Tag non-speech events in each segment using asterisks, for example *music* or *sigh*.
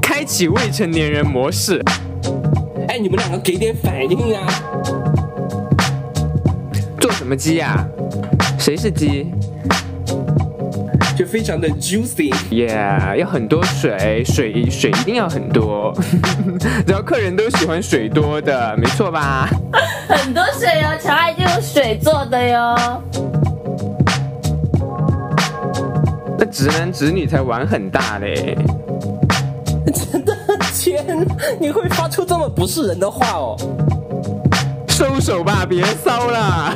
开启未成年人模式。哎，你们两个给点反应啊！做什么鸡呀、谁是鸡？就非常的 juicy。耶、要很多水，水水一定要很多。 *laughs* 然后客人都喜欢水多的，没错吧？很多水哦，乔爱就用水做的哟。那直男直女才玩很大嘞。真的，天，你会发出这么不是人的话哦！收手吧，别骚了。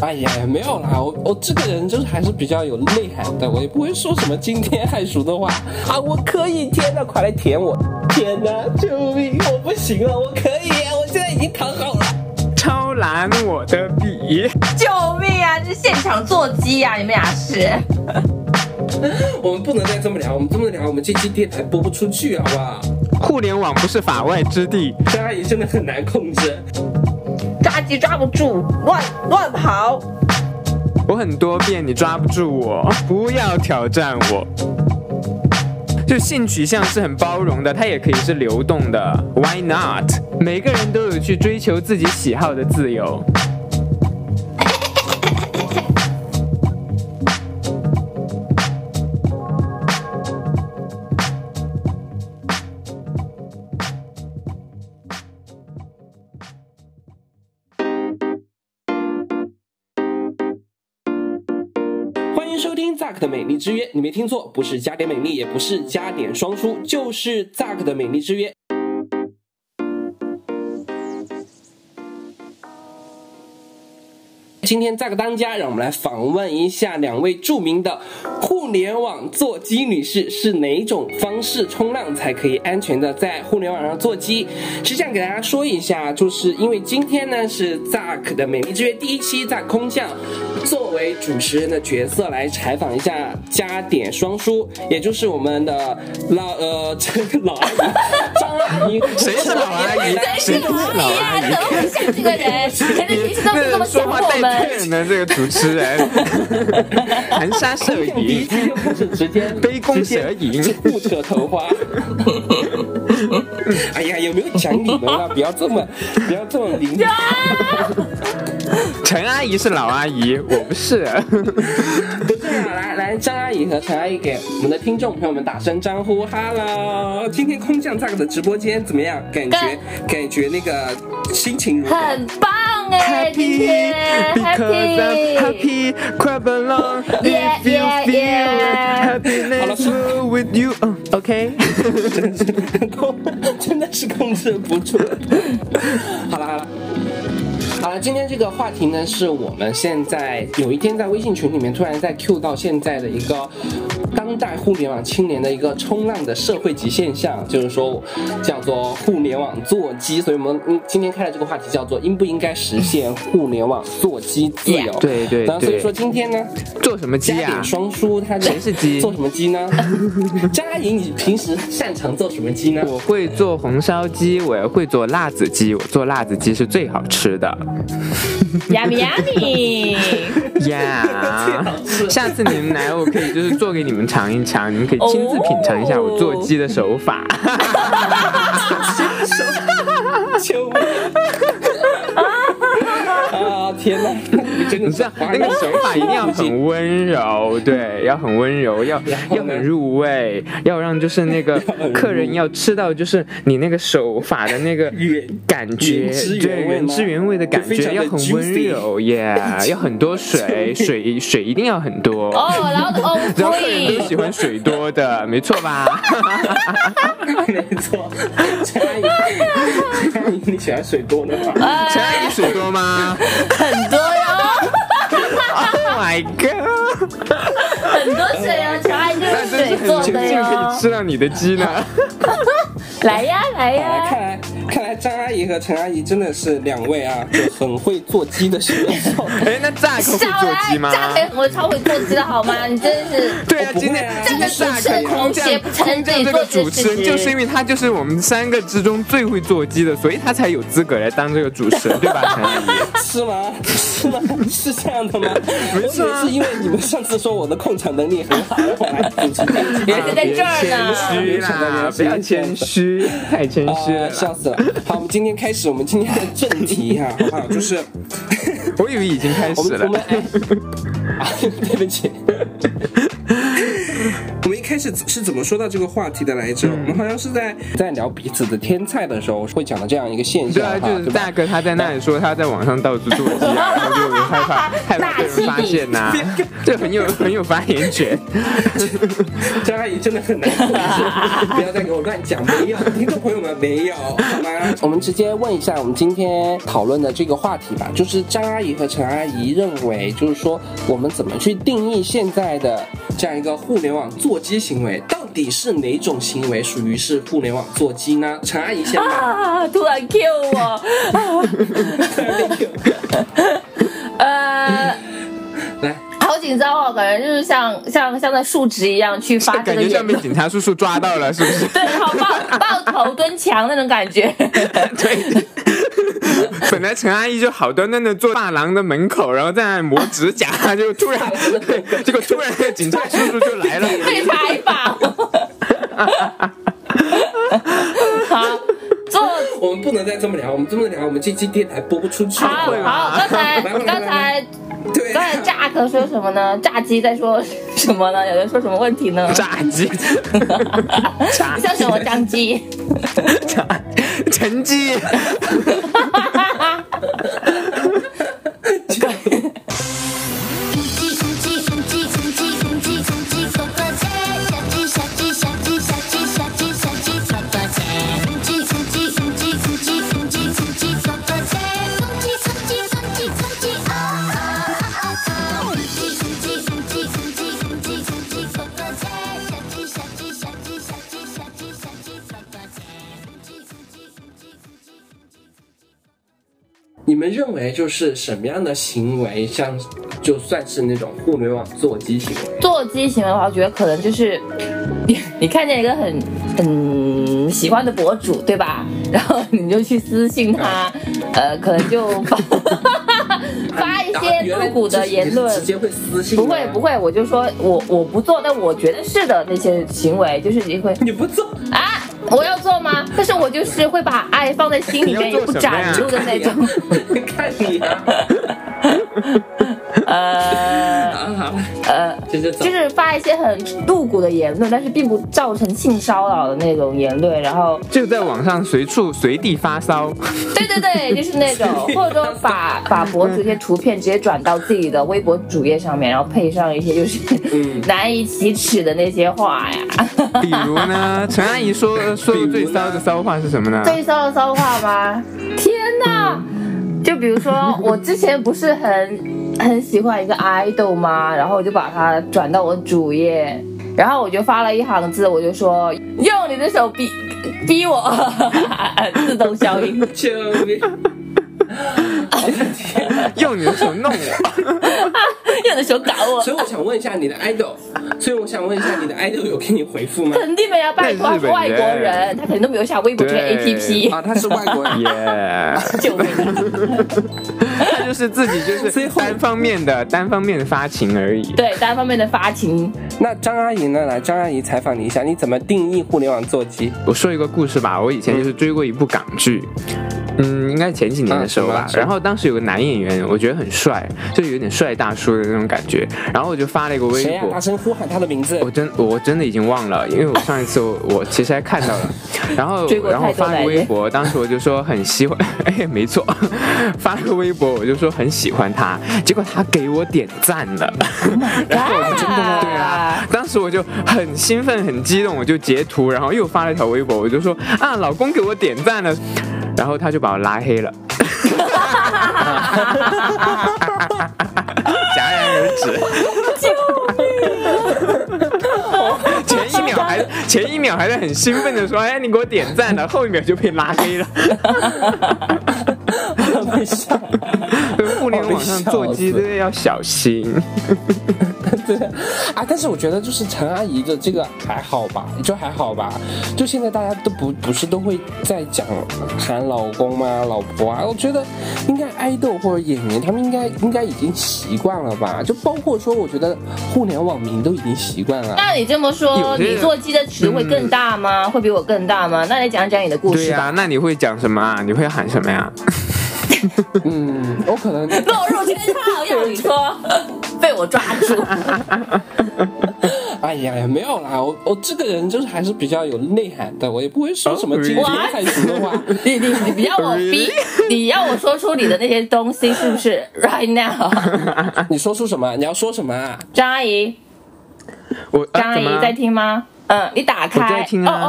哎呀，没有啦，我我这个人就是还是比较有内涵的，我也不会说什么惊天骇俗的话啊！我可以，天哪，快来舔我！天哪，救命！我不行了，我可以，我现在已经躺好了。超蓝我的笔，救命啊！这现场做鸡啊，你们俩是？我们不能再这么聊，我们这么聊，我们这期电台播不出去，好不好？互联网不是法外之地。张阿姨真的很难控制。抓鸡抓不住，乱乱跑。我很多遍，你抓不住我，不要挑战我。就性取向是很包容的，它也可以是流动的，Why not？每个人都有去追求自己喜好的自由。欢迎收听 Zack 的美丽之约，你没听错，不是加点美丽，也不是加点双出，就是 Zack 的美丽之约。今天 Zack 当家，让我们来访问一下两位著名的互联网座机女士，是哪种方式冲浪才可以安全的在互联网上座机？是这样给大家说一下，就是因为今天呢是 Zack 的美丽之约第一期，在空降作为主持人的角色来采访一下加点双叔，也就是我们的老呃这个老阿姨张阿姨，谁是老阿姨 *laughs* 谁是老谁是老阿阿姨姨啊？怎么会像这哎个人？人家平时都不这么说想话 *laughs* 我带们。骗人的这个主持人，含沙射第一影，期就开始直接杯弓蛇影。不扯头发。哎呀，有没有讲理的啊？不要这么，不要这么敏感。陈阿姨是老阿姨，我不是。不是啊，来来，张阿姨和陈阿姨给我们的听众朋友们打声招呼，Hello！今天空降 Zack 的直播间怎么样？感觉感觉那个心情如何？很棒哎，今 Happy 天 because I'm happy. Clap along Yeah, if you yeah, feel yeah. happiness flow with you. 嗯 OK， *laughs* 真的是控制不住。好了好了。好了，今天这个话题呢，是我们现在有一天在微信群里面突然在 Q 到现在的一个当代互联网青年的一个冲浪的社会级现象，就是说叫做互联网座机，所以我们嗯今天开的这个话题叫做应不应该实现互联网座机自由？对对然后所以对说今天呢，做什么鸡啊加呀点？双输，他谁是鸡啊做什么鸡 *laughs* 呢？张阿姨，你平时擅长做什么鸡呢？我会做红烧鸡，我也会做辣子鸡。我做辣子鸡是最好吃的 Yummy Yummy，呀。 *laughs* 下次你们来，我可以就是做给你们尝一尝，你们可以亲自品尝一下我做鸡的手法。救命！ *laughs* 啊天哪，你真的你知是道那个手法一定要很温柔，对，要很温柔，要然后要呢很入味，要让就是那 *laughs* 个入味客人要吃到就是你那个手法的那个原感觉原汁，原对，味原吗汁原味的感就非觉，常要的很温 juicy 柔耶， *laughs* 要很多水，水水一定要很多。哦，然后哦，然后所客人都喜以欢水多的，没错 *laughs* 吧？没错。陈阿姨，陈阿姨，你喜欢水 *laughs* 多的吗？陈阿姨水多吗很多哟， ？Oh my god！很多水哦，乔爱就那用真是水很做久的竟可以 *laughs* 哟。吃到你的鸡呢。来呀来啊呀，看来看来张阿姨和陈阿姨真的是两位啊，就很会做鸡的选手。哎，那炸可会笑做鸡吗？炸可我超会做鸡的好吗？你真的是。对啊，我不今会天啊今天这个大主持人可空降写不成空降自己这做个这主个事持人，情就是因为他就是我们三个之中最会做鸡的，所以他才有资格来当这个主持人，对 *laughs* 吧，陈阿姨？是吗？是吗？是这样 *laughs* 的吗？我以是为啊是因为你们上次说我的控场能力很好，我来主持这一集别是在这儿呢谦虚啦，不要谦虚，太谦虚了啊，笑啦。死了！好，我们今天开始我们今天的正题哈、好不好？ *laughs* 就是我以为已经开我始们我们了。哎，啊， *laughs* 对不起。我们一开始是怎么说到这个话题的来着？我们好像是在嗯在聊彼此的天菜的时候会讲到这样一个现对象啊，哈，就是对吧大哥他在那里说他在网上到处做鸡啊，然后就害怕害怕被人发现 *laughs* 呐、这很有很有 *laughs* 发言权。张阿姨真的很难控制，不要再给我乱讲，没有，听众朋友们没有，好吗？我们直接问一下我们今天讨论的这个话题吧，就是张阿姨和陈阿姨认为，就是说我们怎么去定义现在的这样一个互联网座机行为，到底是哪种行为属于是互联网座机 *laughs* 呢？陈阿姨先吧。啊！突然 Q *laughs* 我，呃，来，好紧张哦，感觉就是像像像在数值一样去发 *laughs* 这感个觉像言被论，警察叔叔抓到了，是不是？对，然后 *laughs* 抱抱头蹲墙那种感觉。 *laughs* 对。 *laughs* 本来陈阿姨就好端端的坐发廊的门口，然后在那里磨指甲， *laughs* 就突然，结果突然那个警察叔叔就来了。 *laughs* 被采 *laughs* 访。好，做我们不能再这么聊，我们这么聊，我们这期电台播不出去。好好，刚才来来来刚才对刚才啊，炸可说什么呢？炸鸡在说什么呢？有人说什么问题呢？炸鸡， *laughs* 炸像什么张鸡？炸，陈鸡，小鸡小鸡小鸡小鸡小鸡小鸡呱呱叫，小鸡小鸡小鸡小鸡小鸡小鸡呱呱叫，公鸡公鸡公鸡公鸡公鸡公鸡呱呱叫，公鸡公鸡公鸡公鸡啊啊啊啊！公鸡公鸡公鸡公鸡公鸡公鸡呱呱叫，小鸡小鸡小鸡小鸡小鸡小鸡呱呱叫，公鸡公鸡公鸡公鸡公鸡。你们认为就是什么样的行为，像就算是那种互联网座机行为？做鸡行为的话，我觉得可能就是 *laughs* 你你看见一个很很喜欢的博主，对吧？然后你就去私信他，呃，可能就发 *laughs* 发一啊些露骨的言原来论直。接会私信？不会不，会，我就说我我不做，但我觉得是的那些行为，就是你会 *laughs* 你不做，啊，我要做吗？但是我就是会把爱放在心里面，你要做也不什么呀展露的那种。你看你啊，呃啊 *laughs* 好了，呃，就是走就是发一些很露骨的言论，但是并不造成性骚扰的那种言论。然后，就在网上随处随地发骚。 *laughs* 对对 *laughs* 对，就是那种，或者说把把博主一些图片直接转到自己的微博主页上面，然后配上一些就是嗯难以启齿的那些话呀。 *laughs* 比如呢，陈阿姨 *laughs* 说说的最骚的骚话是什么呢？最骚的骚话吗？天哪！就比如 *laughs* 说，我之前不是很很喜欢一个 idol 吗？然后我就把它转到我主页，然后我就发了一行字，我就说用你的手逼逼我， *laughs* 自动消音。救命！我的天啊！用你的手弄 *laughs* 我，用你的手搞我，所以我想问一下你的 idol，所以我想问一下你的 idol 有跟你回复吗？肯定没有，拜托，那他日是本人外国人，他肯定都没有下微博这个对 APP。 *laughs* *laughs* 啊，他是外国人。耶！ *laughs* 救命！他就是自己就最是后单方面的单方面的发情而已。对单方面的发情， *laughs* 那张阿姨呢？来，张阿姨采访你一下，你怎么定义互联网座机？我说一个故事吧，我以前就是追过一部港剧。嗯，应该是前几年的时候吧嗯。什么然后当时有个男演员，我觉得很帅，就有点帅大叔的那种感觉。然后我就发了一个微谁呀、博，大声呼喊他的名 *laughs* 字我。真我真的已经忘了，因为我上一次我我其实还看到 *laughs* 了，然后追过然后太多发了男微人博，当时我就说很喜欢，哎，没错， *laughs* 发了微博我就说很喜欢他，结果他给我点赞了，Oh *laughs* 然后我就真的吗对啊，当时我就很兴奋很激动，我就截图，然后又发了一条微博，我就说啊，老公给我点赞了，然后他就把我拉黑了。 *laughs* 戛然而止。前一秒还前一秒还在很兴奋的说：“哎，你给我点赞了。”后一秒就被拉黑了。 *laughs* *laughs* 被笑。互联网上做鸡真的要小心。对 *laughs* 啊，但是我觉得就是陈阿姨的这个还好吧，就还好吧。就现在大家都不不是都会在讲喊老公啊、老婆啊，我觉得应该爱豆或者演员他们应该应该已经习惯了吧。就包括说，我觉得互联网民都已经习惯了。那你这么说，有些人嗯你做鸡的池会更大吗？会比我更大吗？那你讲讲你的故对事呀、吧。那你会讲什么啊？你会喊什么呀？嗯，我可能落入圈套，要你说， *laughs* 被我抓住。哎呀呀，没有啦，我我这个人就是还是比较有内涵的，我也不会说什么金句 What？太俗的话。你你你要 *laughs* 呃我逼，你要我说出你的那些东西是 *laughs* 不是？Right now， *laughs* 你说出什么？你要说什么啊？张阿姨，我张啊、阿怎么姨啊在听吗？嗯，你打开。我在听啊哦哦，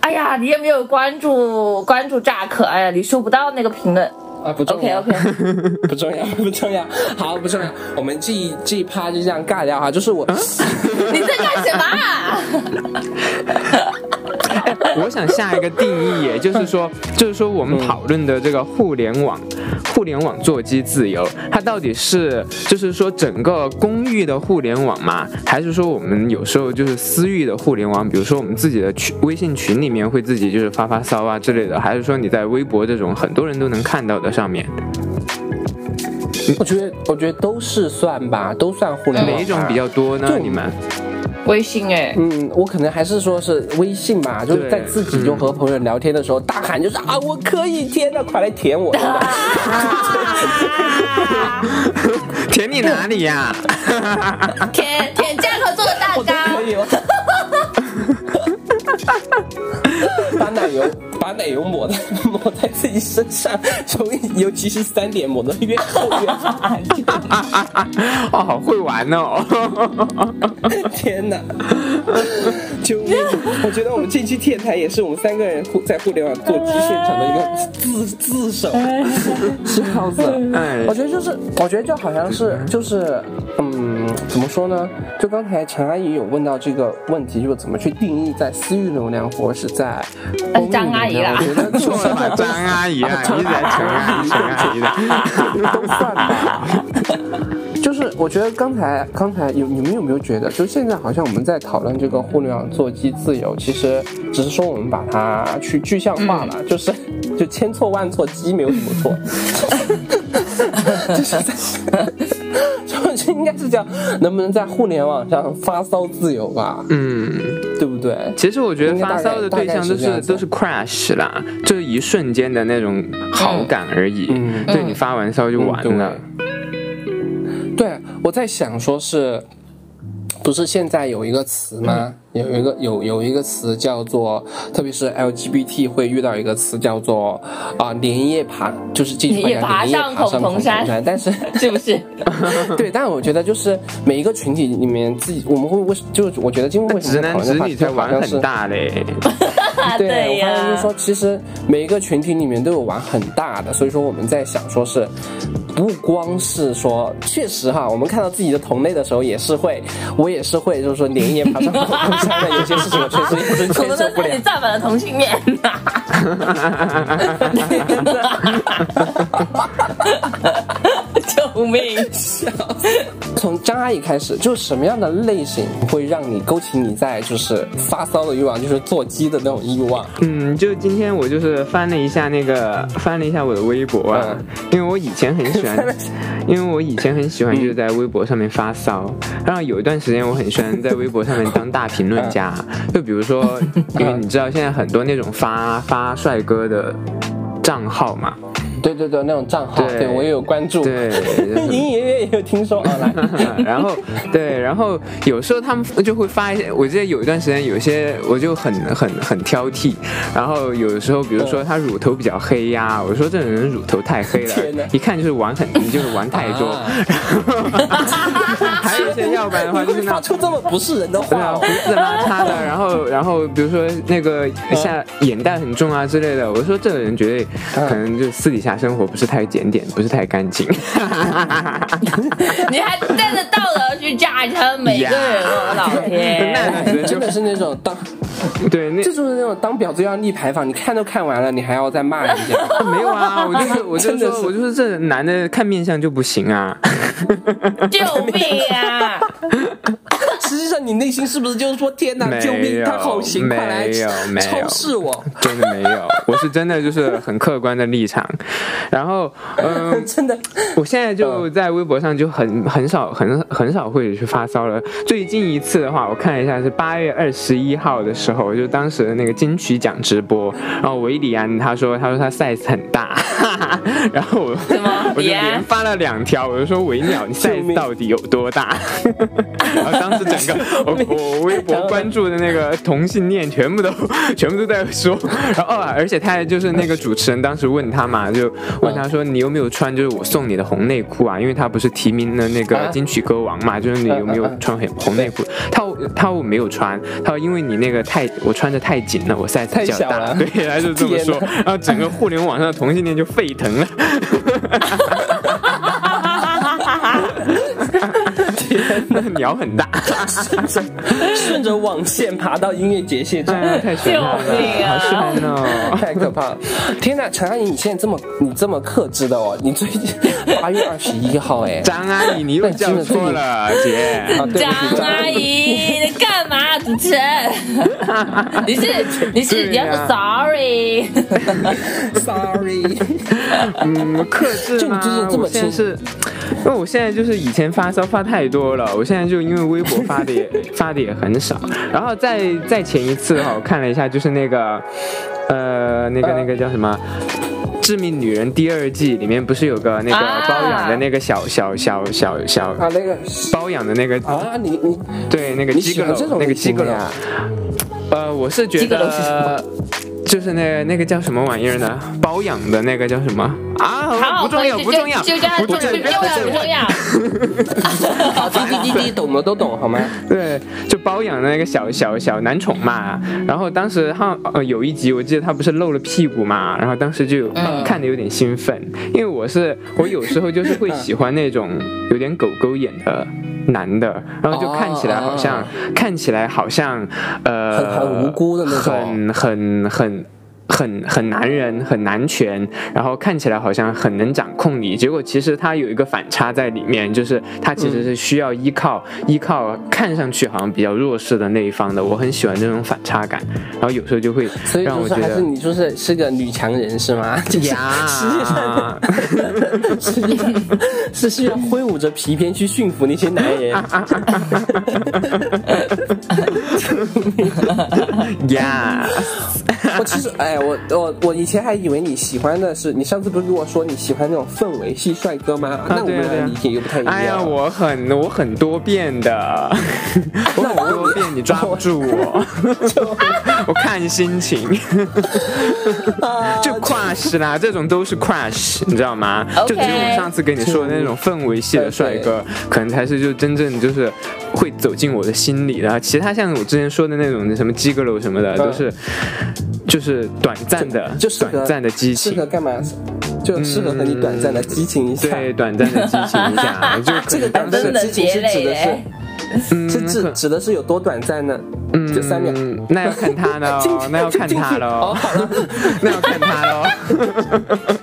哎呀，你也没有关注关注炸可，哎呀，你收不到那个评论。啊，不重 OK 要 OK，不重要， *laughs* 不重要，好，不重要。我们这一这一趴就这样尬聊哈，就是啊我， *laughs* 你在干什么啊？ *laughs* 我想下一个定义，也就是说，就是说我们讨论的这个互联网，互联网座机自由，它到底是就是说整个公域的互联网吗？还是说我们有时候就是私域的互联网？比如说我们自己的群微信群里面会自己就是发发骚啊之类的，还是说你在微博这种很多人都能看到的上面， *laughs* 我觉得我觉得都是算吧，都算互联网。哪一种比？较多呢就？你们？*laughs* *laughs* 微信哎、嗯，我可能还是说是微信吧，就是在自己嗯就和朋友聊天的时候大喊，就是啊，我可以，天呐，快来舔我！真的舔你哪里呀、 *laughs* 舔舔家和做的蛋我都可糕，以了。 *laughs* 把奶油把奶油抹在抹在自己身上，从尤其是三点抹的越厚越好。哦，好会玩哦！ *laughs* 天哪！救命！我 *laughs* 觉得我们这期电台也是我们三个人互在互联网做机现场的一哎个自自首，是这样子的。哎我觉得就是，我觉得就好像是就是，嗯，怎么说呢？就刚才陈阿姨有问到这个问题，就是怎么去定义在私域流量或是在公域流量呃张阿姨啦我觉 *laughs* 得错了吧，张阿姨啊，你一直在陈 *laughs* 阿姨、陈阿姨的。都算吧。就是我觉得刚才刚才有你们有没有觉得，就现在好像我们在讨论这个互联网座机自由，其实只是说我们把它去具象化嗯了，就是就千错万错，鸡没有什么错。就是在， *laughs* 就是应该是这样，能不能在互联网上发骚自由吧？ *laughs* 嗯，对不对？其实我觉得发骚的对象都是都是 crash 啦，就是一瞬间的那种好感而已。嗯对你发完骚就完了。对，我在想说是，不是现在有一个词嗯吗？有一个有有一个词叫做，特别是 LGBT 会遇到一个词叫做啊、连夜爬，就是这句话连夜叫爬连夜上爬孔上同孔山山，但 *laughs* 是。是不是？对，但我觉得就是每一个群体里面自己，我们会为就是我觉得今天为什直么讨男论直这个话女题，才好玩像是很大嘞，对，啊我啊呀、发现就是说，其实每一个群体里面都有玩很大的，所以说我们在想说是。不光是说，确实哈，我们看到自己的同类的时候，也是会，我也是会，就是说连夜爬上火山的，有些事情我确实也是可接能受在不这了里。站满了同性恋， *laughs* 救命！从张阿姨开始，就是什么样的类型会让你勾起你在就是发骚的欲望，就是做鸡的那种欲望？嗯，就今天我就是翻了一下那个，翻了一下我的微博啊，因为我以前很喜欢，因为我以前很喜欢就是在微博上面发骚，然后有一段时间我很喜欢在微博上面当大评论家，就比如说，因为你知道现在很多那种发发帅哥的账号嘛，对对对，那种账号，对对我也有关注，对 *laughs* 隐隐约约也有听说啊， *laughs* 来， *laughs* 然后对，然后有时候他们就会发一些，我记得有一段时间有些我就很很很挑剔，然后有时候比如说他乳头比较黑呀、我说这种人乳头太黑了天哪，一看就是玩很就是玩太多，啊然后 *laughs* 还有一些要不然的话你就是会那 *laughs* 发种出这么不是人的对话啊，哦胡。子拉碴的，然后然后比如说那个下眼袋很重啊之类的，我说这个人绝对可能就私底下生活不是太检点，不是太干净。 *laughs* 你还带着道德去榨取他们每个人，我的老 *laughs* 那天！段 *laughs* 时间就 *laughs* 真的是那种当对，那这就是那种当婊子要立牌坊，你看都看完了，你还要再骂人 *laughs* 家。没有 *laughs* 啊，我就是我就真的说是我就是这男的看面相就不行啊。 *laughs* 救命啊！实际上，你内心是不是就是说，天没哪，有救命，他好行，没有快来没有超视我！真的没有，我是真的就是很客观的立场。然后，嗯、真的， *laughs* 我现在就嗯在微博上就很很少很很少会去发骚了。最近一次的话，我看一下是八月二十一号的时候，就当时的那个金曲奖直播，然后维里安他说他说他 size 很大， *laughs* 哈哈，然后我什么 *laughs* 我就李安连发了两条，我就说维鸟你救 size 命到底有多大？ *laughs* 然后当时整 *laughs* 个我我微博关注的那个同性恋全部都全部都在说，然后、哦、而且他还就是那个主持人当时问他嘛，就问他嗯说你有没有穿就是我送你的红内裤啊？因为他不是提名了那个啊嗯金曲歌王嘛，就是你有没有穿红红内裤？他说他说我没有穿，他说因为你那个太我穿的太紧了，我 size 太比较小大，了对，他就这么说天，然后整个互联网上的同性恋就沸腾了。 *laughs* 那鸟很大，顺着网线爬到音乐节现哎场。呀，太神了，救命啊好帅哦！ *laughs* 太可怕了！天哪，陈阿姨，你现在这么你这么克制的哦，你最近八月二十一号哎，张阿姨，你又叫错了， *laughs* 姐。啊，对张不起，张阿阿姨，姨，你干嘛、主持人， *laughs* 你是你是、对你要呀说 sorry， ，sorry， *laughs* 嗯，克制就吗你最近？这么我现在亲是，因为我现在就是以前发烧发太多了，我现在就因为微博发的也 *laughs* 发的也很少。然后再再前一次哈，我看了一下，就是那个，呃，那个那个叫什么？致命女人第二季里面不是有个那啊个包养的那个小小小小小啊那个包养的那个啊，你你对，那个你基喜格欢这楼，那个种啊类基型格的楼呀，呃，我是觉基格楼是什得，就是那那个叫什么玩意儿呢？包养的那个叫什么啊？好，不重要，我们不重要，就就就叫他不重要，不重要，不重要。 *laughs* 好，滴啊滴滴滴，懂的都懂好吗？对，就包养的那个小小小男宠嘛。然后当时他呃有一集，我记得他不是露了屁股嘛，然后当时就有、嗯看的有点兴奋，因为我是我有时候就是会喜欢那种 *laughs* 有点狗狗眼的。男的，然后就看起来好像，哦看起来好像，呃，很很无辜的那种很很很很很男人，很男权，然后看起来好像很能掌控你，结果其实他有一个反差在里面，就是他其嗯实是需要依靠、依靠看上去好像比较弱势的那一方的。我很喜欢这种反差感，然后有时候就会所以让就我是觉还是得。你就是是个女强人 *laughs* 是吗？就是实际上呀，是 *laughs* 是需要挥舞着皮鞭去驯服那些男 *laughs* 人。 *laughs* 呀，我其实，哎，我我我以前还以为你喜欢的是，你上次不是跟我说你喜欢那种氛围系帅哥吗？那我对们啊对俩啊理解又不太一样。哎呀，我很我很多变的， *laughs* 我很多变，你抓不住我，我看心情， *laughs* 就 crush 啦，这种都是 crush，你知道吗 OK 就只有我上次跟你说的那种氛围系的帅哥，可能才是就真正就是会走进我的心里的，其他像我之前说的那种什么鸡哥楼什么的，嗯都是就是短暂的，就适合短暂的激适情嗯合。干嘛？就适合和你短暂的激情一下。对，短暂的激情一 *laughs* 下，就可这个能短当暂时真的的激情是结指累的是耶，是指指的是有多短暂呢？嗯，就三秒。嗯，那要看他了进哦去，那要看进去他了哦哦，好了， *laughs* 那要看他哦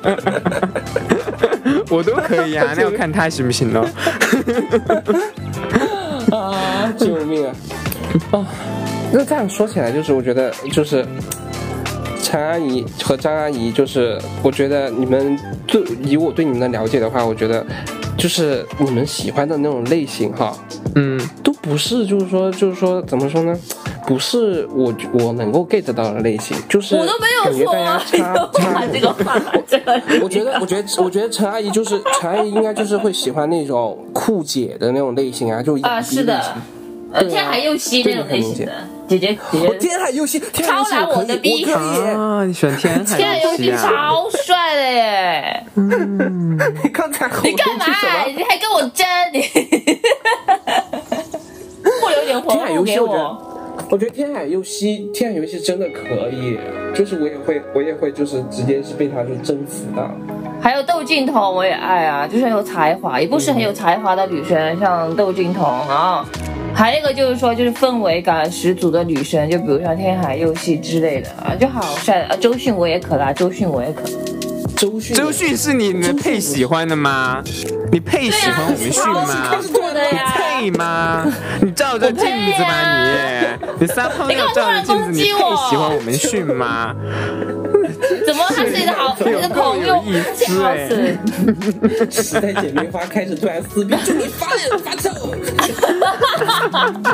喽。 *laughs* 我都可以 *laughs* 啊，那要看他行不行喽。哦啊！救命啊！啊，那这样说起来，就是我觉得就是。陈阿姨和张阿姨，就是我觉得你们对以我对你们的了解的话，我觉得就是你们喜欢的那种类型哈，嗯，都不是就是说就是说怎么说呢，不是我我能够 get 到的类型，就是我都没有说啊感，你觉大家都差差把这个放在这里。我觉得，我觉得，我觉得陈阿姨就是陈阿姨，应该就是会喜欢那种酷姐的那种类型啊，就啊，雅迪是类的型。，而啊且还用吸那种类型的姐姐姐我姐，天海佑希，天海佑希超来可我以，的逼我啊，你喜欢天哦现在海游游戏戏啊？超帅 *laughs* 的耶！可以。刚才你干嘛是什？么？你还跟我争？你 *laughs* 不留点活天海路佑希，给我觉我。得，我觉得天海佑希，天海佑希真的可以，就是我也会，我也会，就是直接是被他就征服到。还有窦靖童，哎我也爱啊，就是很有才华，一部是很有才华的女生，像窦靖童啊，还有一个就是说，就是氛围感十足的女生，就比如像天海佑希之类的啊，就好帅啊。周迅我也可啦，周迅我也可。周迅，周迅是你的配喜欢的吗？你配喜欢我们迅吗？酷的你配吗？你照照镜子吧你，你三炮要照着镜子，你配喜欢我们迅吗？怎么他是你的好，你的朋友？笑死！时代姐妹花开始突然撕逼，祝你发脸发臭！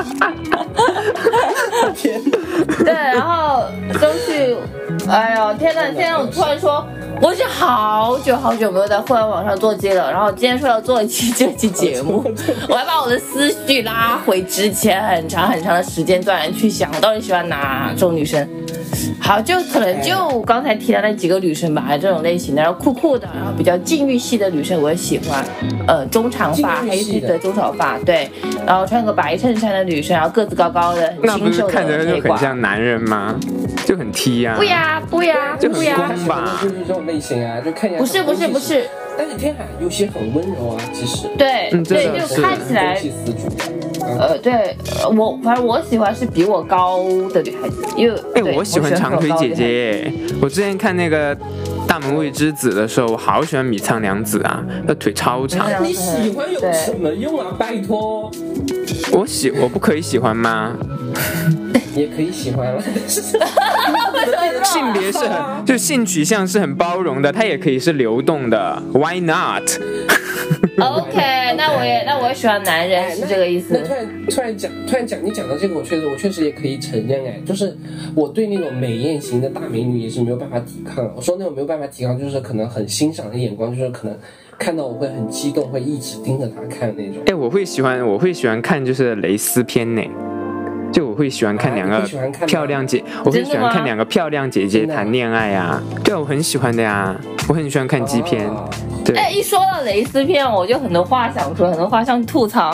*laughs* 天哪，对，然后周迅，哎呦天呐！现在我突然说，我已经好久好久没有在互联网上做机了，然后今天说要做一期这期 *laughs* 节目，我还把我的思绪拉回之前很长很长的时间段去想，我到底喜欢哪种女生。好，就可哎能就刚才提到那几个女生吧，这种类型的，然后酷酷的，然后比较禁欲系的女生我也喜欢，呃，中长发、禁欲黑系黑的的中长发，对，然后穿个白衬衫的女生，然后个子高高的，那很不清是秀看着的那就一很挂。像男人吗？就很啊 T 呀、不呀不呀就不很呀光，喜欢的就是这种类型啊，就看起来嗯不是不是不是，但是天海有些很温柔啊，其实对嗯这对，个就是看起来风气十足的。嗯呃对呃我反正我喜欢是比我高的女孩子，因为哎、对我喜欢长腿姐。姐。我之前看那个《大门未知子》的时候，我好喜欢米仓凉子啊，她腿超长米。仓你喜欢有什么用啊？拜托，我喜我不可以喜欢吗？也可以喜欢了。性别是啊很就性取向是很包容的，它也可以是流动的。Why not？我喜欢 OK，那我也那我也喜欢男人哎是这个意那思那。突然突然讲，突然讲，你讲到这个，我确实我确实也可以承认，哎，就是我对那种美艳型的大美女也是没有办法抵抗的。我说那种没有办法抵抗，就是可能很欣赏的眼光，就是可能看到我会很激动，会一直盯着她看那种。哎、我会喜欢，我会喜欢看就是蕾丝片呢，就我会喜欢看啊两个你会喜欢看吗漂亮姐，我会喜欢看两个漂亮姐姐真的吗谈恋爱啊，对啊，我很喜欢的呀，我很喜欢看 G 片，啊 *laughs* 对，哎，一说到蕾丝片，我就很多话想说，很多话想吐槽。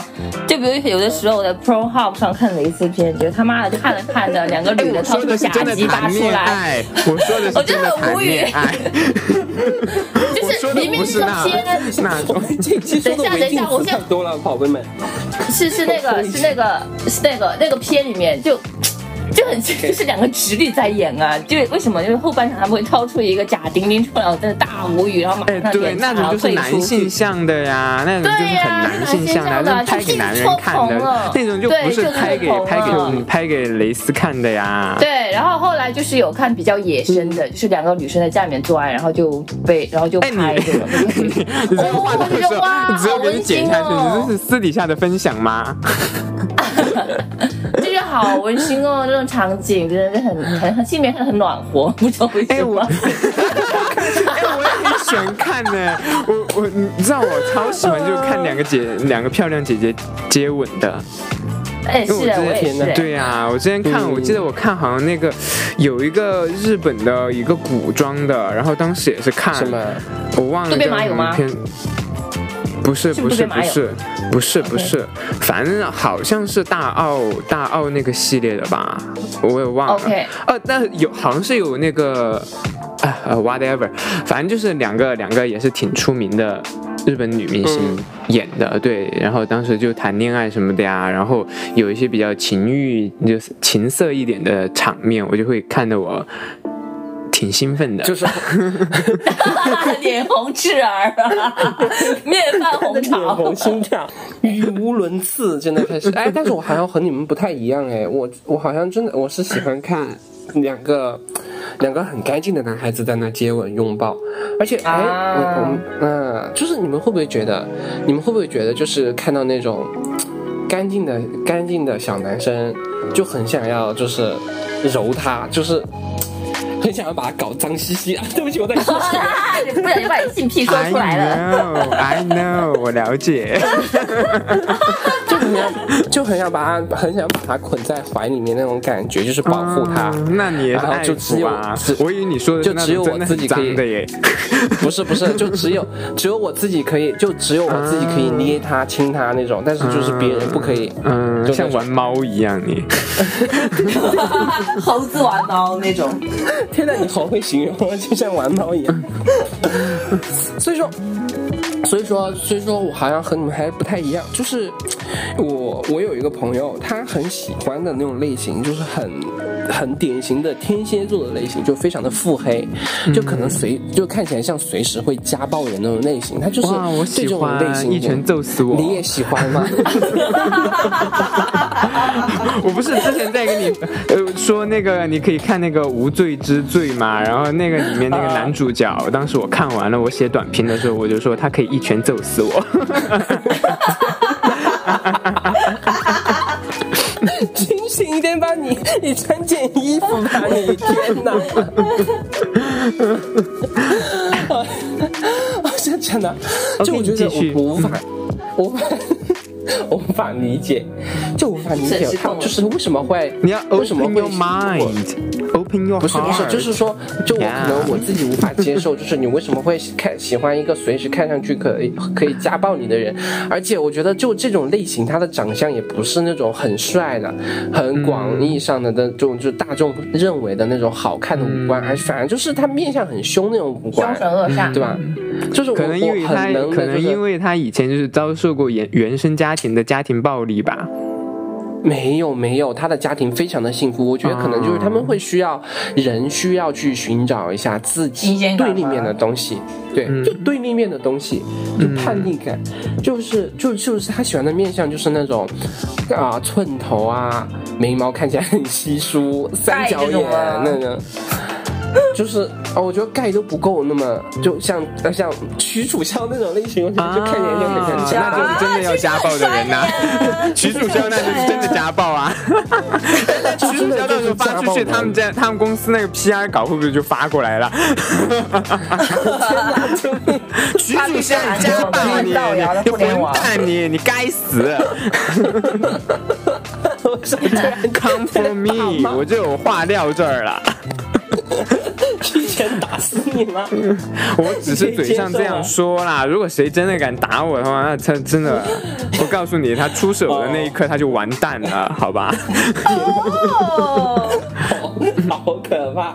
就比如有的时候我在 ProHub 上看蕾丝片，觉得他妈的看着看着，两个哎，女我的掏说出的是假真的鸡巴谈出恋来，爱，我说的是真的谈恋爱， *laughs* 就我说是的明明不是照那片那种。这期说的违禁词太多了，宝贝们。是是那个是那个是那个那个片里面就。就很就是两个直女在演啊，就为什么就是后半场他们会掏出一个假丁丁出来，我真的大无语，然后马哎，上对，点那赞，然种后就是退男出。性向的呀，那种就是很男性向对呀的，就是拍给男人看男性向的的，那种就不是拍给对就是拍很红给了拍给蕾丝看的呀。对，然后后来就是有看比较野生的，就是两个女生在下面做爱，然后就被然后就嗯哎，你拍这种。 *laughs* 你你哦这个话筒的时候，你只有给你剪下去，你这是私底下的分享 *laughs* 吗？这就好温馨哦，这种场景真的是很很很心里面很很暖和，不知道为哎什我么。哎，我也很喜欢看呢、我我你知道我超喜欢就是看两个姐两个漂亮姐姐接吻的，哎，因为是我啊，之我前嗯也是。对呀、啊我之前看，我记得我看好像那个有一个日本的一个古装的，然后当时也是看什么？我忘了渡叫边什麻友么吗片。不是是不不是是渡边不麻友是不是不是，反正好像是大奥大奥那个系列的吧，我也忘了。 OK 呃，那有好像是有那个，啊呃，whatever，反正就是两个两个也是挺出名的日本女明星演的，嗯对。然后当时就谈恋爱什么的呀，然后有一些比较情欲就是情色一点的场面，我就会看得我挺兴奋的。就是脸红赤耳 *laughs* 啊，面 *laughs* 泛红脸潮红。心跳，语无伦次，真的开始。哎，但是我好像和你们不太一样哎，我我好像真的我是喜欢看两个两个很干净的男孩子在那接吻拥抱，而且哎，啊我我嗯、就是你们会不会觉得，你们会不会觉得就是看到那种干净的干净的小男生，就很想要就是揉他，就是。很想要把他搞脏兮兮啊！ *laughs* 对不起，我在说什么？不小心把你性癖说 I 出来了。 know, I know，我了解。就很想，就很想把他，很想把他捆在怀里面那种感觉，就是 *laughs* 保护他。嗯那你也是然后爱就只抚有啊只？我以为你说的是就那只有种真我的自很己可以脏的耶。 *laughs* 不是不是，就只有只有我自己可以，就只有我自己可以捏他、亲他那种，但是就是别人不可以。嗯，就像那种玩猫一样你。 *laughs* 猴子玩猫那种，天呐，你好会形容，就像玩猫一 *laughs* 样。所以说，所以说，所以说我好像和你们还不太一样，就是我我有一个朋友，他很喜欢的那种类型，就是很很典型的天蝎座的类型，就非常的腹黑，嗯就可能随就看起来像随时会家暴人那种类型。他就是哇，我对喜这种类欢，型一拳揍死我！你也喜欢吗？我不是之前在跟你呃说那个，你可以看那个《无罪之罪》嘛，然后那个里面那个啊男主角，当时我看完了，我写短评的时候，我就说他可以一拳揍死 *laughs* 我。清醒一点吧你， *laughs* 你穿件衣服吧你，天哪！ *laughs* 哎我想讲的，就我觉 OK，得你继续我我无法，我无法， *laughs* 我无法理解，就无法理解审视他控了就是为什么会你 *laughs* 要为什么 open 会 your mind，open your heart，不是不是，就是说，就我 Yeah 可能我自己无法接 *laughs* 受，就是你为什么会看喜欢一个随时看上去可以可以家暴你的人？而且我觉得就这种类型，他的长相也不是那种很帅的、很广义上的那种，就大众认为的那种好看的五官，嗯而反而就是他面相很凶那种五凶官，神恶煞，对吧？就是我可能因为我他很能，可能因为他以前就是遭受过原原生家庭的家庭暴力吧。没有没有，他的家庭非常的幸福，我觉得可能就是他们会需要人需要去寻找一下自己新鲜感对吗立面的东西，对，就对立面的东西，就叛逆感，就是就就是他喜欢的面相就是那种啊寸头啊，眉毛看起来很稀疏，三角盖这眼种啊那个。就是哦，我觉得盖都不够那么，就像呃像许楚萧那种类型，我觉得就看起来就很像啊这样那就是真的要家暴的人呐、许楚萧那就是真的家暴 *laughs* 啊！许楚萧到时候发出去，他们家他们公司那个 PR 稿会不会就发过 *laughs* 来了？许楚萧你家暴你，你混蛋你，你该 *laughs* 死啊！Come for *laughs* me，我就有话撂这儿了。一拳打死你吗？我只是嘴上这样说啦，如果谁真的敢打我的话，那他真的，我告诉你，他出手的那一刻他就完蛋了，好吧？哦， *laughs* 好可怕。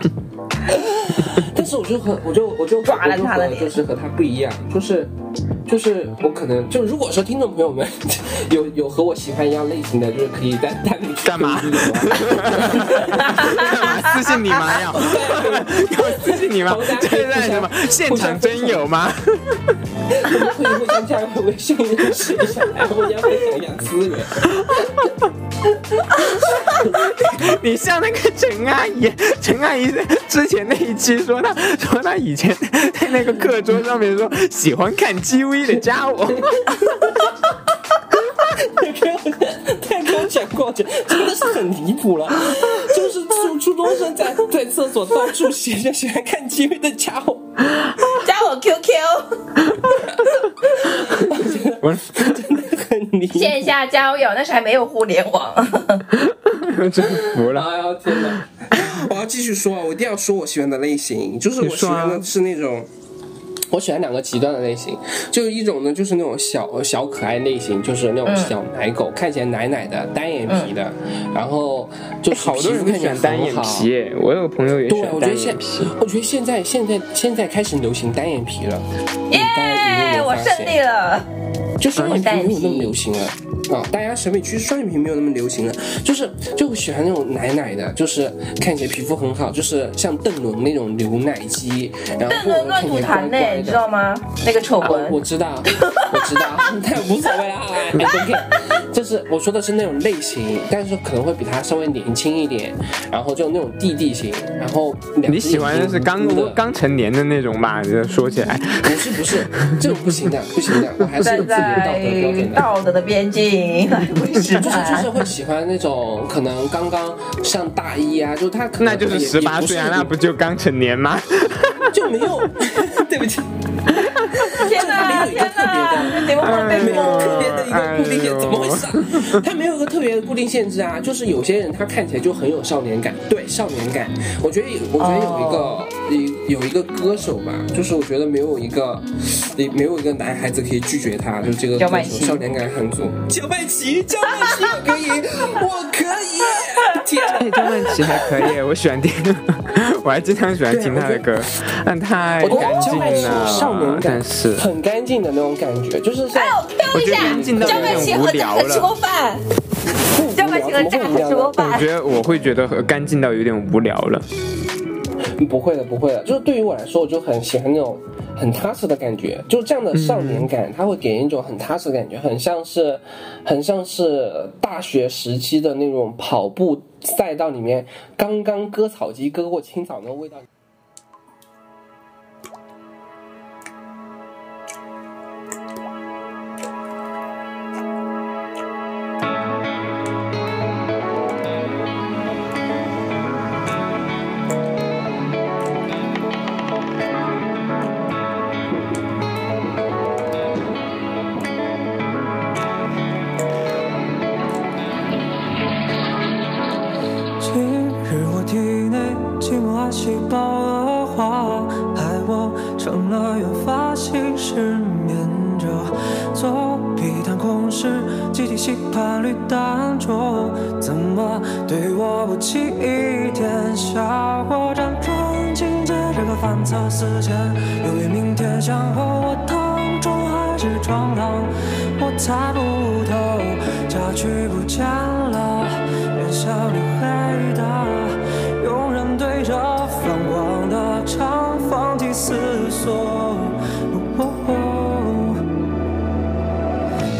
但是我就很，我就我就抓烂他的脸就是和他不一样，就是就是我可能就如果说听众朋友们 *laughs* 有有和我喜欢一样类型的，就是可以在单独干嘛群里我干 *laughs* 嘛私信你 *laughs* 妈要？有私信你吗？这是在什么现场真有吗？们可以互相加个微信认识一下，然后互相分享一下资 *laughs* 源。你像那个陈阿姨，陈阿姨之前那一期说她说她以前 *laughs* 在那个课桌上面说喜欢看 GV 的加我，他跟我讲过，真的是很离谱了，就是初初中生在在厕所到处写着喜欢看机会的家伙。加我 QQ， *laughs* 我真的很离谱。线下交友，那时候还没有互联网，我真服了。 *laughs* 哎呀天哪！我要继续说啊，我一定要说我喜欢的类型，就是我你喜说啊欢的是那种。我喜欢两个极端的类型，就是一种呢，就是那种小小可爱类型，就是那嗯种小奶狗，看起来奶奶的、单眼皮的，然后就是哎好多人皮肤都看起来选单眼很好皮，耶，我有个朋友也对，选我觉得单现眼皮。，我觉得现在现在现在开始流行单眼皮了，耶你有没有，我发现胜利了。就双眼皮没有那么流行了啊，大家审美趋势双眼皮没有那么流行了，就是就喜欢那种奶奶的，就是看起来皮肤很好，就是像邓伦那种牛奶肌，然后邓伦乱看起来吐痰乖呢，乖你知的。道吗？那个丑我我闻，知道，我知道， *laughs* 但无所谓啦，I don't care。就是我说的是那种类型，但是可能会比他稍微年轻一点，然后就那种弟弟型，然后两你只喜欢眼的睛是刚嘟嘟的刚成年的那种吧？你这说起来，不是不是，这种不行的，不行的，我还是 *laughs* 有站自己的道在德标准的。道德的边境来维就持是就它是。会喜欢那种可能刚刚上大一啊，就他可能那就是也十八岁啊，那不就刚成年吗？就没有， *laughs* 对不起，天这哪，里有一个天特哪，别这节目好哎被呦哎没有特别的迫。一个固定限，怎么回事、啊？他没有一个特别的固定限制啊，就是有些人他看起来就很有少年感，对少年感，我觉得有我觉得有一个。有一个歌手吧，就是我觉得没有一个，也没有一个男孩子可以拒绝他，就这个焦歌曼手琪少年感很足。焦曼琪，焦曼琪，我可以，我可以，天哪！哎，张曼琪还可以，我喜欢听，我还经常喜欢听她的歌，但太我觉哎干得焦净曼琪少了年，感但是很干净的那种感觉，就是像我觉得干净到张有曼琪点无和聊大可吃过了。饭，不无聊张曼琪和大怎么会可吃无聊呢过我饭。觉得我会觉得干净到有点无聊了。嗯不会的，不会的，就是对于我来说，我就很喜欢那种很踏实的感觉，就是这样的嗯少年感，它会给人一种很踏实的感觉，很像是，很像是大学时期的那种跑步赛道里面刚刚割草机割过青草那种味道。今日我体内寂寞爱细胞恶化，害我成了原发性失眠者。左臂弹弓是集体吸盘率单着，怎么对我不起一点效果？辗转情节这个反侧思前，由于明天想和我躺中还是床躺，我猜不透，家去不见了。脸笑你回答，永远对着泛黄的墙放弃思索。哦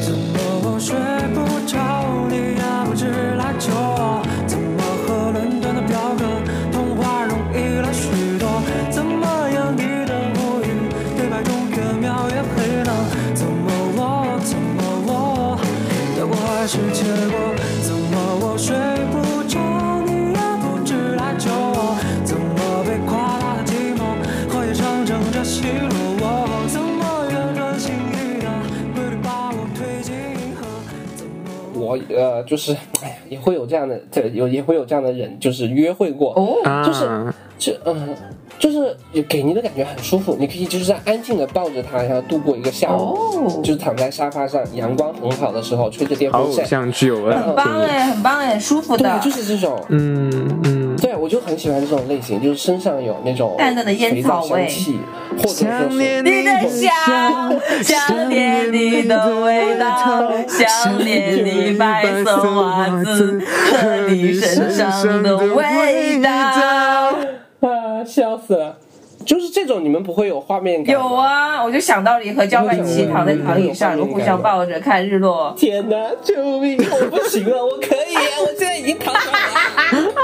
怎么我睡不着，你也不知来求我？怎么和伦敦的表格通话容易了许多？怎么样你的母语对白中越描越黑呢？怎么我怎么我要不还是结果？怎么我睡不着，你也不知来求我？怎么被夸大的寂寞荷叶上正着奚落我？怎么越专心一点，规律把我推进银河？怎么我呃，就是，哎呀，也会有这样的，这有也会有这样的人，就是约会过，啊，就是就嗯、就是给你的感觉很舒服，你可以就是这样安静的抱着它，然后度过一个下午，哦就是躺在沙发上，阳光很好的时候，吹着电好风偶扇，像剧，我很的棒天！哎，很棒哎，舒服对的，，就是这种。嗯嗯，对，我就很喜欢这种类型，就是身上有那种淡淡的烟肥皂草味香气，或者说想念是你的香，想念你的味道，想念你白色袜子和你身上的味道。啊，笑死了，就是这种你们不会有画面感。有，啊，我就想到你和焦曼琪躺在躺椅上，互相抱着看日落。天哪，救命！我不行了，我可以，啊我现在已经躺好了。啊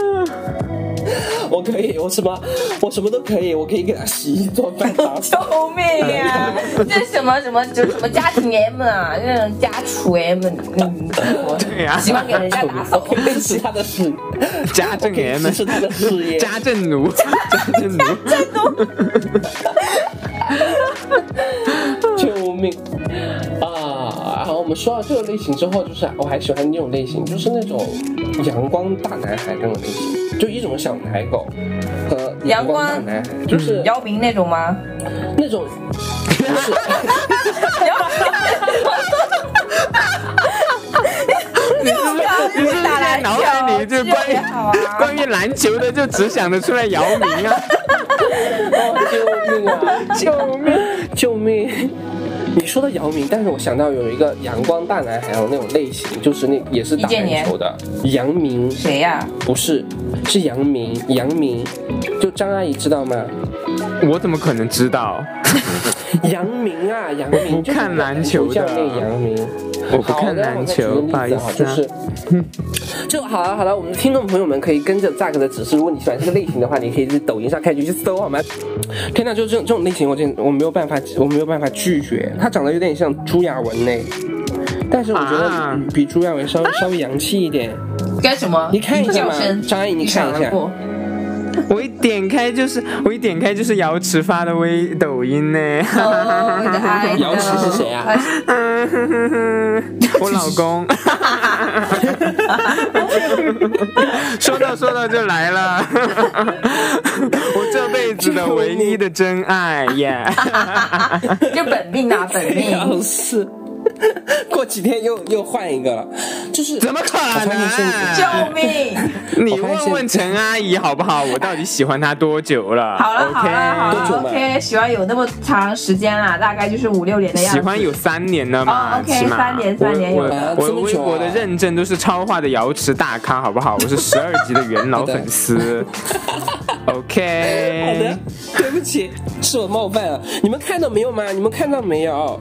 我可以，我什么，我什么都可以，我可以给他洗衣做饭、打扫。救命呀！这什么什么就什么家庭 M 啊，这种家厨 M，嗯，对呀，喜欢给人家打我扫。可以支持他的事，家政爷支们，持他的事业。家政奴，家政奴，救命啊！然后我们说到这个类型之后，就是我还喜欢那种类型，就是那种阳光大男孩那种类型，就一种小奶狗和阳光大男孩，就是姚明那种吗？那种不是姚明，你是不是在脑海里就关于好啊。关于篮球的就只想得出来姚明啊，哦，救命啊！救命！救命！你说到姚明，但是我想到有一个阳光大男孩的那种类型，就是那也是打易建篮联球的杨明，谁呀、不是是杨明，杨明，就张阿姨知道吗？我怎么可能知道？杨明啊，杨明，不看篮球的教练杨明，我不看篮球好不好意思啊就是。 *laughs* 就好了好了，我们的听众朋友们可以跟着 Zack 的指示，如果你喜欢这个类型的话，你可以在抖音上开始去搜好吗？天呐，就是这种这种类型，我真我没有办法，我没有办法拒绝。他长得有点像朱亚文呢，但是我觉啊得比朱 *laughs* 亚文稍微稍微洋气一点。干什么？你看一下嘛叫声张阿姨你看一下闪而过我一点开就是我一点开就是瑶池发的微抖音呢，哦我的 *laughs* 爱豆瑶池是谁啊？ *laughs* 我老公。说到说到就来了， *laughs* 我这辈子的唯一的真爱 *laughs* 耶就本命啊，本命。要是过几天又又换一个了，就是怎么可我发现现能？啊救命！你问问陈阿姨好不好？我到底喜欢她多久了？好了好了好啊 o 多久了了，OK，喜欢有那么长时间啦，大概就是五六年的 k 样子。喜欢有三年了嘛？哦，OK，起码三年三年有我了我这我么微久啊博的认证都是超话的瑶池大咖，好不好？我是十二级的元老粉 *laughs* 丝。好 OK，的，对不起，是我冒犯了。你们看到没有吗？你们看到没有？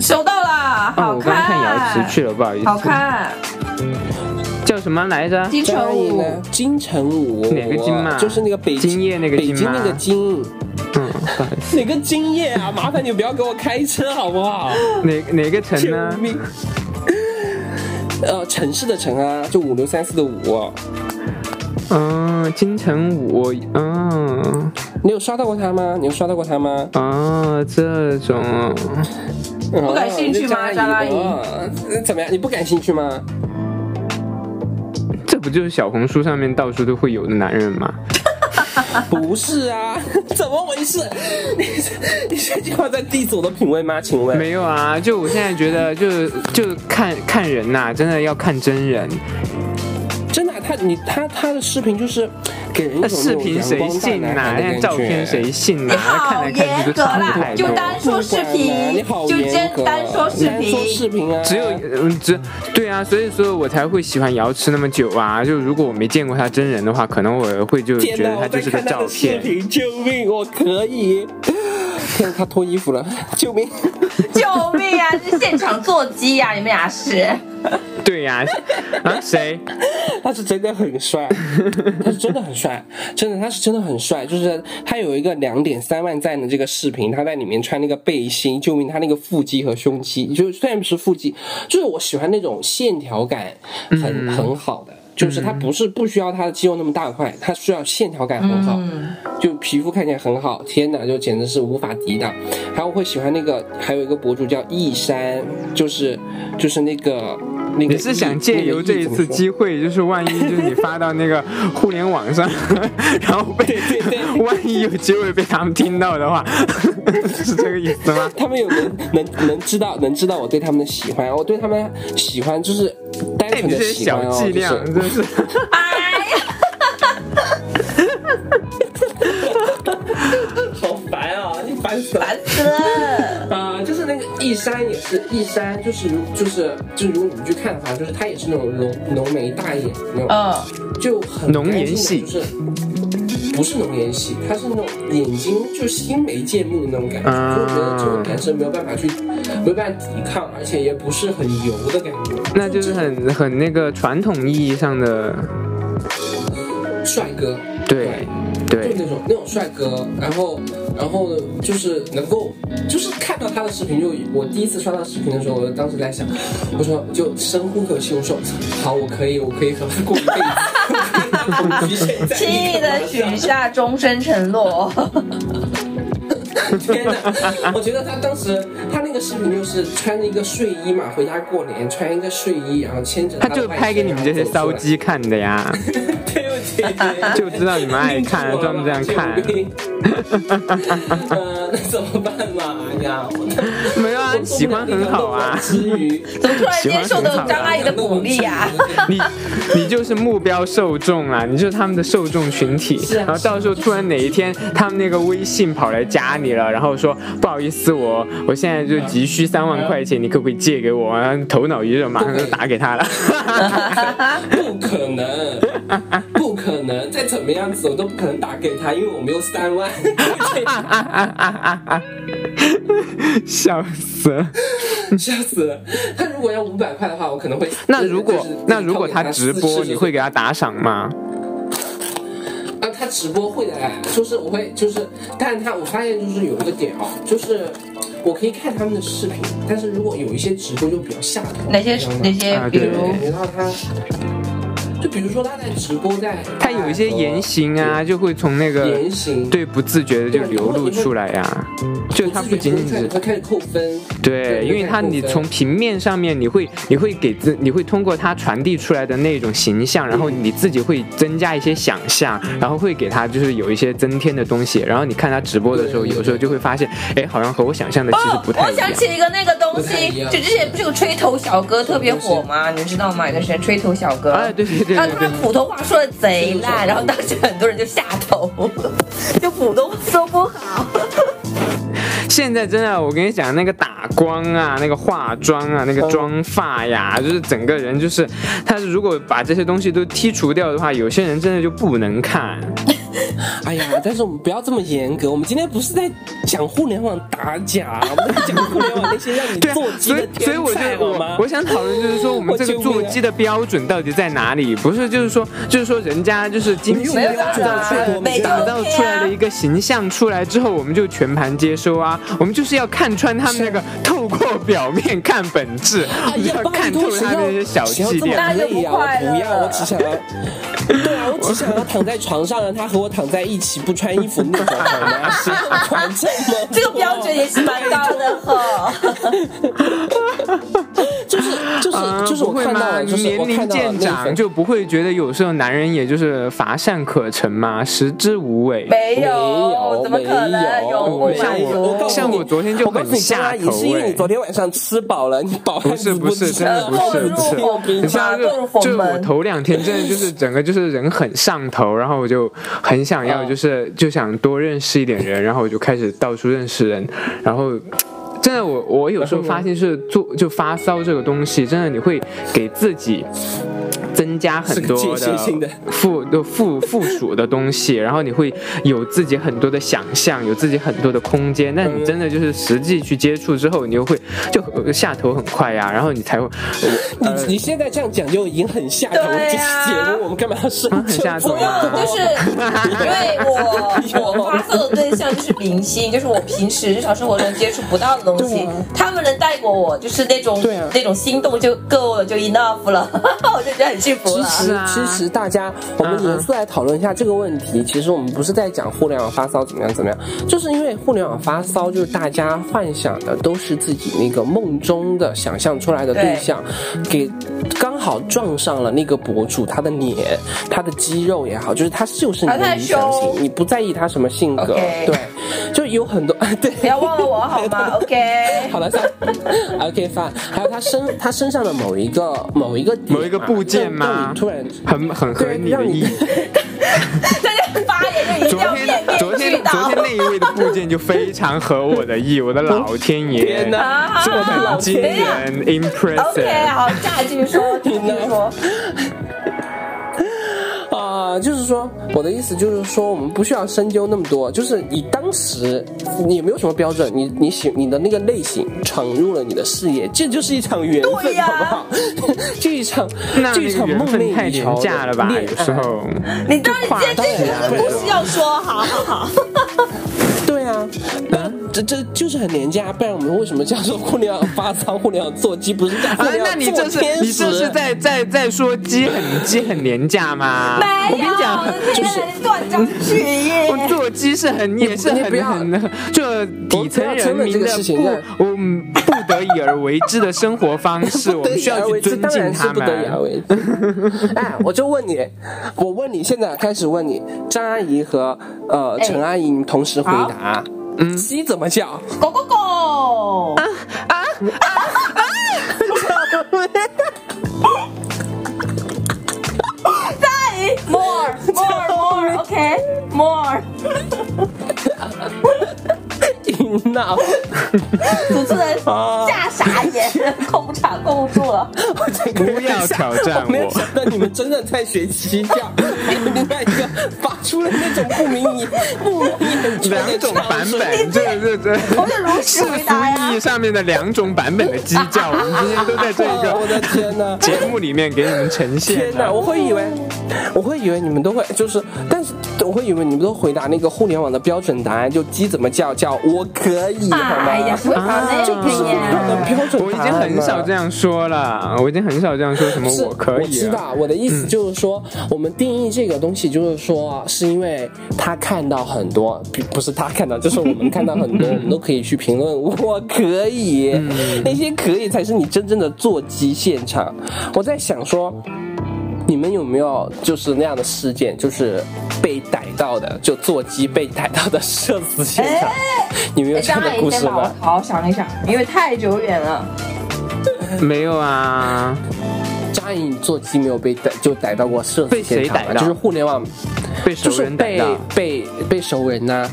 收到了，哦，好我看。刚刚看瑶池去了，不好意思。好看，叫什么来着？金张城阿姨武呢？金城武哪个金嘛就是那个北金叶那个北金京吗那个金，嗯，不好意思哪个金叶啊？麻烦你不要给我开车好不好？哪哪个城救呢？命！ *laughs* 呃，城市的城啊，就五六三四的五，嗯，金城武，嗯，你有刷到过他吗？你有刷到过他吗？哦，这种，不感兴趣吗张阿姨啊呃怎么样？你不感兴趣 *laughs* 吗？这不就是小红书上面到处都会有的男人吗？不是啊， *laughs* 怎么回事？你 *laughs* 你这句话在 diss 我的品味吗？请问？没有啊，就我现在觉得就，就看看人呐、真的要看真人。真的啊、他你他他的视频就是给人一那种呃视频谁信呐、呐、那照片谁信呐、你好看来看去严都格差不啦太，就多。单说视频你好，就严格真单说视单说视频。频啊，只有嗯，只对啊，所以说我才会喜欢瑶池那么久啊。就如果我没见过他真人的话，可能我会就天觉得哪！他我就在是个看他照的视片。频，救命！我可以。 *laughs* 天，他脱衣服了，救命！救命啊！这现场座机啊呀，你们俩是。对呀、啊， *laughs* 谁？ *laughs* 他是真的很帅，他是真的很帅，真的他是真的很帅。就是他有一个两点三万赞的这个视频，他在里面穿那个背心，救命！他那个腹肌和胸肌，就是虽然不是腹肌，就是我喜欢那种线条感嗯很、很好的。就是他不是不需要他的肌肉那么大块，他需要线条感很好，嗯就皮肤看起来很好。天哪，就简直是无法抵挡。还有我会喜欢那个，还有一个博主叫易山，就是就是那个那个你易。是想借由这一次机？机会，就是万一就是你发到那个互联网上，然后被对对 *laughs* 万一有机会被他们听到的话， *laughs* 是这个意思 *laughs* 吗？他们有能能能知道能知道我对他们的喜欢，我对他们喜欢就是单哎，纯你的这些喜欢小哦，伎俩就是真 *laughs* 是。好烦啊，你烦死了。烦死了！啊、就是那个易山也是，易山就是如就是就如果你去看的话，就是他也是那种浓浓眉大眼那种，嗯，就很浓颜干净的系就是不是浓颜系，他是那种眼睛就是星眉见目的那种感觉，啊就我觉得这种男生没有办法去没有办法抵抗，而且也不是很油的感觉，那就是很很那个传统意义上的，帅哥，对就对，那种那种帅哥，然后然后呢，就是能够就是看到他的视频就，我第一次刷到视频的时候，我当时在想，我说就深呼一口气，我说好，我可以，我可以和他过一辈子，我局限 *laughs* 在轻易的许下终身承 *laughs* 诺。天哪！我觉得他当时他那个视频就是穿着一个睡衣嘛，回家过年穿一个睡衣，然后牵着他的就外拍给你们这些甥然后骚走出来，鸡看的呀，对不起对不起，就知道你们爱看，专门这样 *laughs* 看。啊呃，那怎么办嘛？哎呀，我没有啊，喜欢很好啊。之余，怎么突然间受到张阿姨的鼓励啊呀、你你就是目标受众啊，你就是他们的受众群体。啊然后到时候突然哪一天，他们那个微信跑来加你了，然后说不好意思，我我现在就急需三万块钱，你可不可以借给我？然后头脑一热，马上就打给他了。不可能，不可能，再怎么样子我都不可能打给他，因为我没有三万。 *laughs* 笑死了！笑死了！他如果要五百块的话，我可能会。那如果就是那如果他直就是播，你会给他打赏吗？啊，他直播会的，就是我会，就是，但他我发现就是有一个点哦，就是我可以看他们的视频，但是如果有一些直播就比较下头，哪些你知道吗哪些啊，比对如感觉到他就比如说他在直播在，呃他有一些言行啊，就会从那个言行，对不自觉的就流露出来呀、就他不仅仅他是他开始扣分，对，因为他你从平面上面，你会你会给自，你会通过他传递出来的那种形象，然后嗯你自己会增加一些想象，然后会给他就是有一些增添的东西。然后你看他直播的时候，对对对有时候就会发现，哎，好像和我想象的其实嗯哦不，太我一样想。起一个那个东不太一西，样就之前不是有吹头小哥特别火吗？你们知道吗？有段时间吹头小哥，啊哎，对对对他对他对，普通话说的贼烂，然后当时很多人就下头， *laughs* 就普通话说不 *laughs* 好。啊现在真的，我跟你讲，那个打光啊，那个化妆啊，那个妆发呀，就是整个人就是，他如果把这些东西都剔除掉的话，有些人真的就不能看。哎呀，但是我们不要这么严格，我们今天不是在讲互联网打假，我们在讲互联网那些让你对啊做，鸡所的以所以天我就才好吗我？我想讨论就是 *laughs* 说我们这个做鸡的标准到底在哪里？不是就是说就是说人家就是精心没有打造出来标准啊每个打造 OK 啊出来的一个形象出来之后，我们就全盘接收啊，我们就是要看穿他们那个透过表面看本质，我哎们呀要，拜看托透谁他要那些小谁要气这么点。累呀、那就我不快不乐要，了我只想要，对啊，我只想要躺在床上，让他和我躺在一起，不穿衣服那种好吗？谁要传这么多这个标准也是蛮高的哈。就是就是啊就是我不会看到吗？了，就是我年龄看到了渐那长份就不会觉得有时候男人也就是乏善可陈嘛，食之无味。没没有，怎么可能有我不像满我足？像我昨天就很下头我告诉你张阿姨是因为哎你昨天晚上吃饱了，你饱不汉是子不是，知真道的不是不是，我你知道我就我我就我我头两天真的就是整个就是人很上头，然后我就很想嗯要就是就想多认识一点人，然后我就开始到处认识人，然后。真的，我我有时候发现是做就发骚这个东西，真的你会给自己增加很多是个间歇性的附的附附属的东西，然后你会有自己很多的想象，有自己很多的空间。但嗯你真的就是实际去接触之后，你就会就呃下头很快呀、然后你才会你你现在这样讲就已经很下头了。对这啊期节目我们干嘛要深啊很下头不用，嗯就是因为我我发射的对象就是明星，就是我平时日常生活中接触不到的东对西啊，他们能带过我，就是那种对啊那种心动就够了，就 enough 了， *laughs* 我就觉得很幸福其了。嗯实，其实大家，我们严肃来讨论一下这个问题。其实我们不是在讲互联网发骚怎么样怎么样，就是因为互联网发骚，就是大家幻想的都是自己那个梦中的想象出来的对象，给刚好撞上了那个博主他的脸、他的肌肉也好，就是他就是你啊他的的理想型胸，你不在意他什么性格 OK 对，就有很多 *laughs* 对。不要忘了我好吗 *laughs* ？OK，好了，算 *laughs* OK fine。还有他身他身上的某一个某一个点啊某一个部件嘛让吗你突然很很合对你的让你 *laughs* 意。大家发言就一定昨要面天昨面天俱昨到天。那一位的部件就非常合我的意，我的老天爷天，哪！这很惊人 OK， ，impressive。啊好，下继续说，继续 *laughs* 说。啊、就是说，我的意思就是说，我们不需要深究那么多。就是你当时你没有什么标准，你你喜你的那个类型闯入了你的视野，这就是一场缘对分，呀好不 *laughs* 好？这一场那这一那个场缘梦寐分太以廉求价了吧？恋有爱时候，你当然今天这啊个故事要说，好好好。对啊，那这这就是很廉价，不然我们为什么叫做互联网发骚、互联网座机，不是叫互啊联，那网你这做是天你使？这是在在在说鸡很鸡很廉价吗？没我有，跟你讲，就是断章取义。我做鸡是很也是你不很要很 *laughs* 这底层人民我们不要争论这个的事不情啊我们不得已而为之的生活方式，我 *laughs* 不得们已需要而去为之尊当敬然是他不得已而们。为之。 *laughs* 哎，我就问你，我问你，现在开始问你，张阿姨和呃陈阿姨，你们同时回答。嗯，鸡怎么叫？狗狗狗，再 more more more，OK more， *laughs* 那主持人吓傻眼，控场控不住了。不要挑战 *laughs* 我没有我想到你们真的在学鸡 *laughs* 叫，另外一个发出了那种不明以不明眼中两的种叫版声本，这这这我就如实世回俗答意呀义。上面的两种版本的鸡叫，我们今天都在这一哇我的个天哪！节目里面给你们呈现哎 *laughs* 天哪，了。我会以为，我会以为你们都会，就是，但是我会以为你们都回答那个互联网的标准答案，就鸡怎么叫叫我可以，好吗？哎呀，不会跑那这不是个互联网的呀。标准答案我已经很少这样。样说了，我已经很少这样说什么是我可我以啊嗯知了。道我的意思就是说，我们定义这个东西，就是说，是因为他看到很多，不不是他看到，就是我们看到很嗯多，我们都可以去评论。我可以，那些可以才是你真正的座机现场。我在想说，你们有没有就是那样的事件，就是被逮到的，就座机被逮到的社死现场？你们有这样哎的张阿故姨事先把吗我？好好想一想，因为太久远了。没有啊，张阿姨，你座机没有被逮，就逮到过社死被谁现场吗逮到就是互联网。被就熟是人逮被到，被被熟人 *laughs* 呐、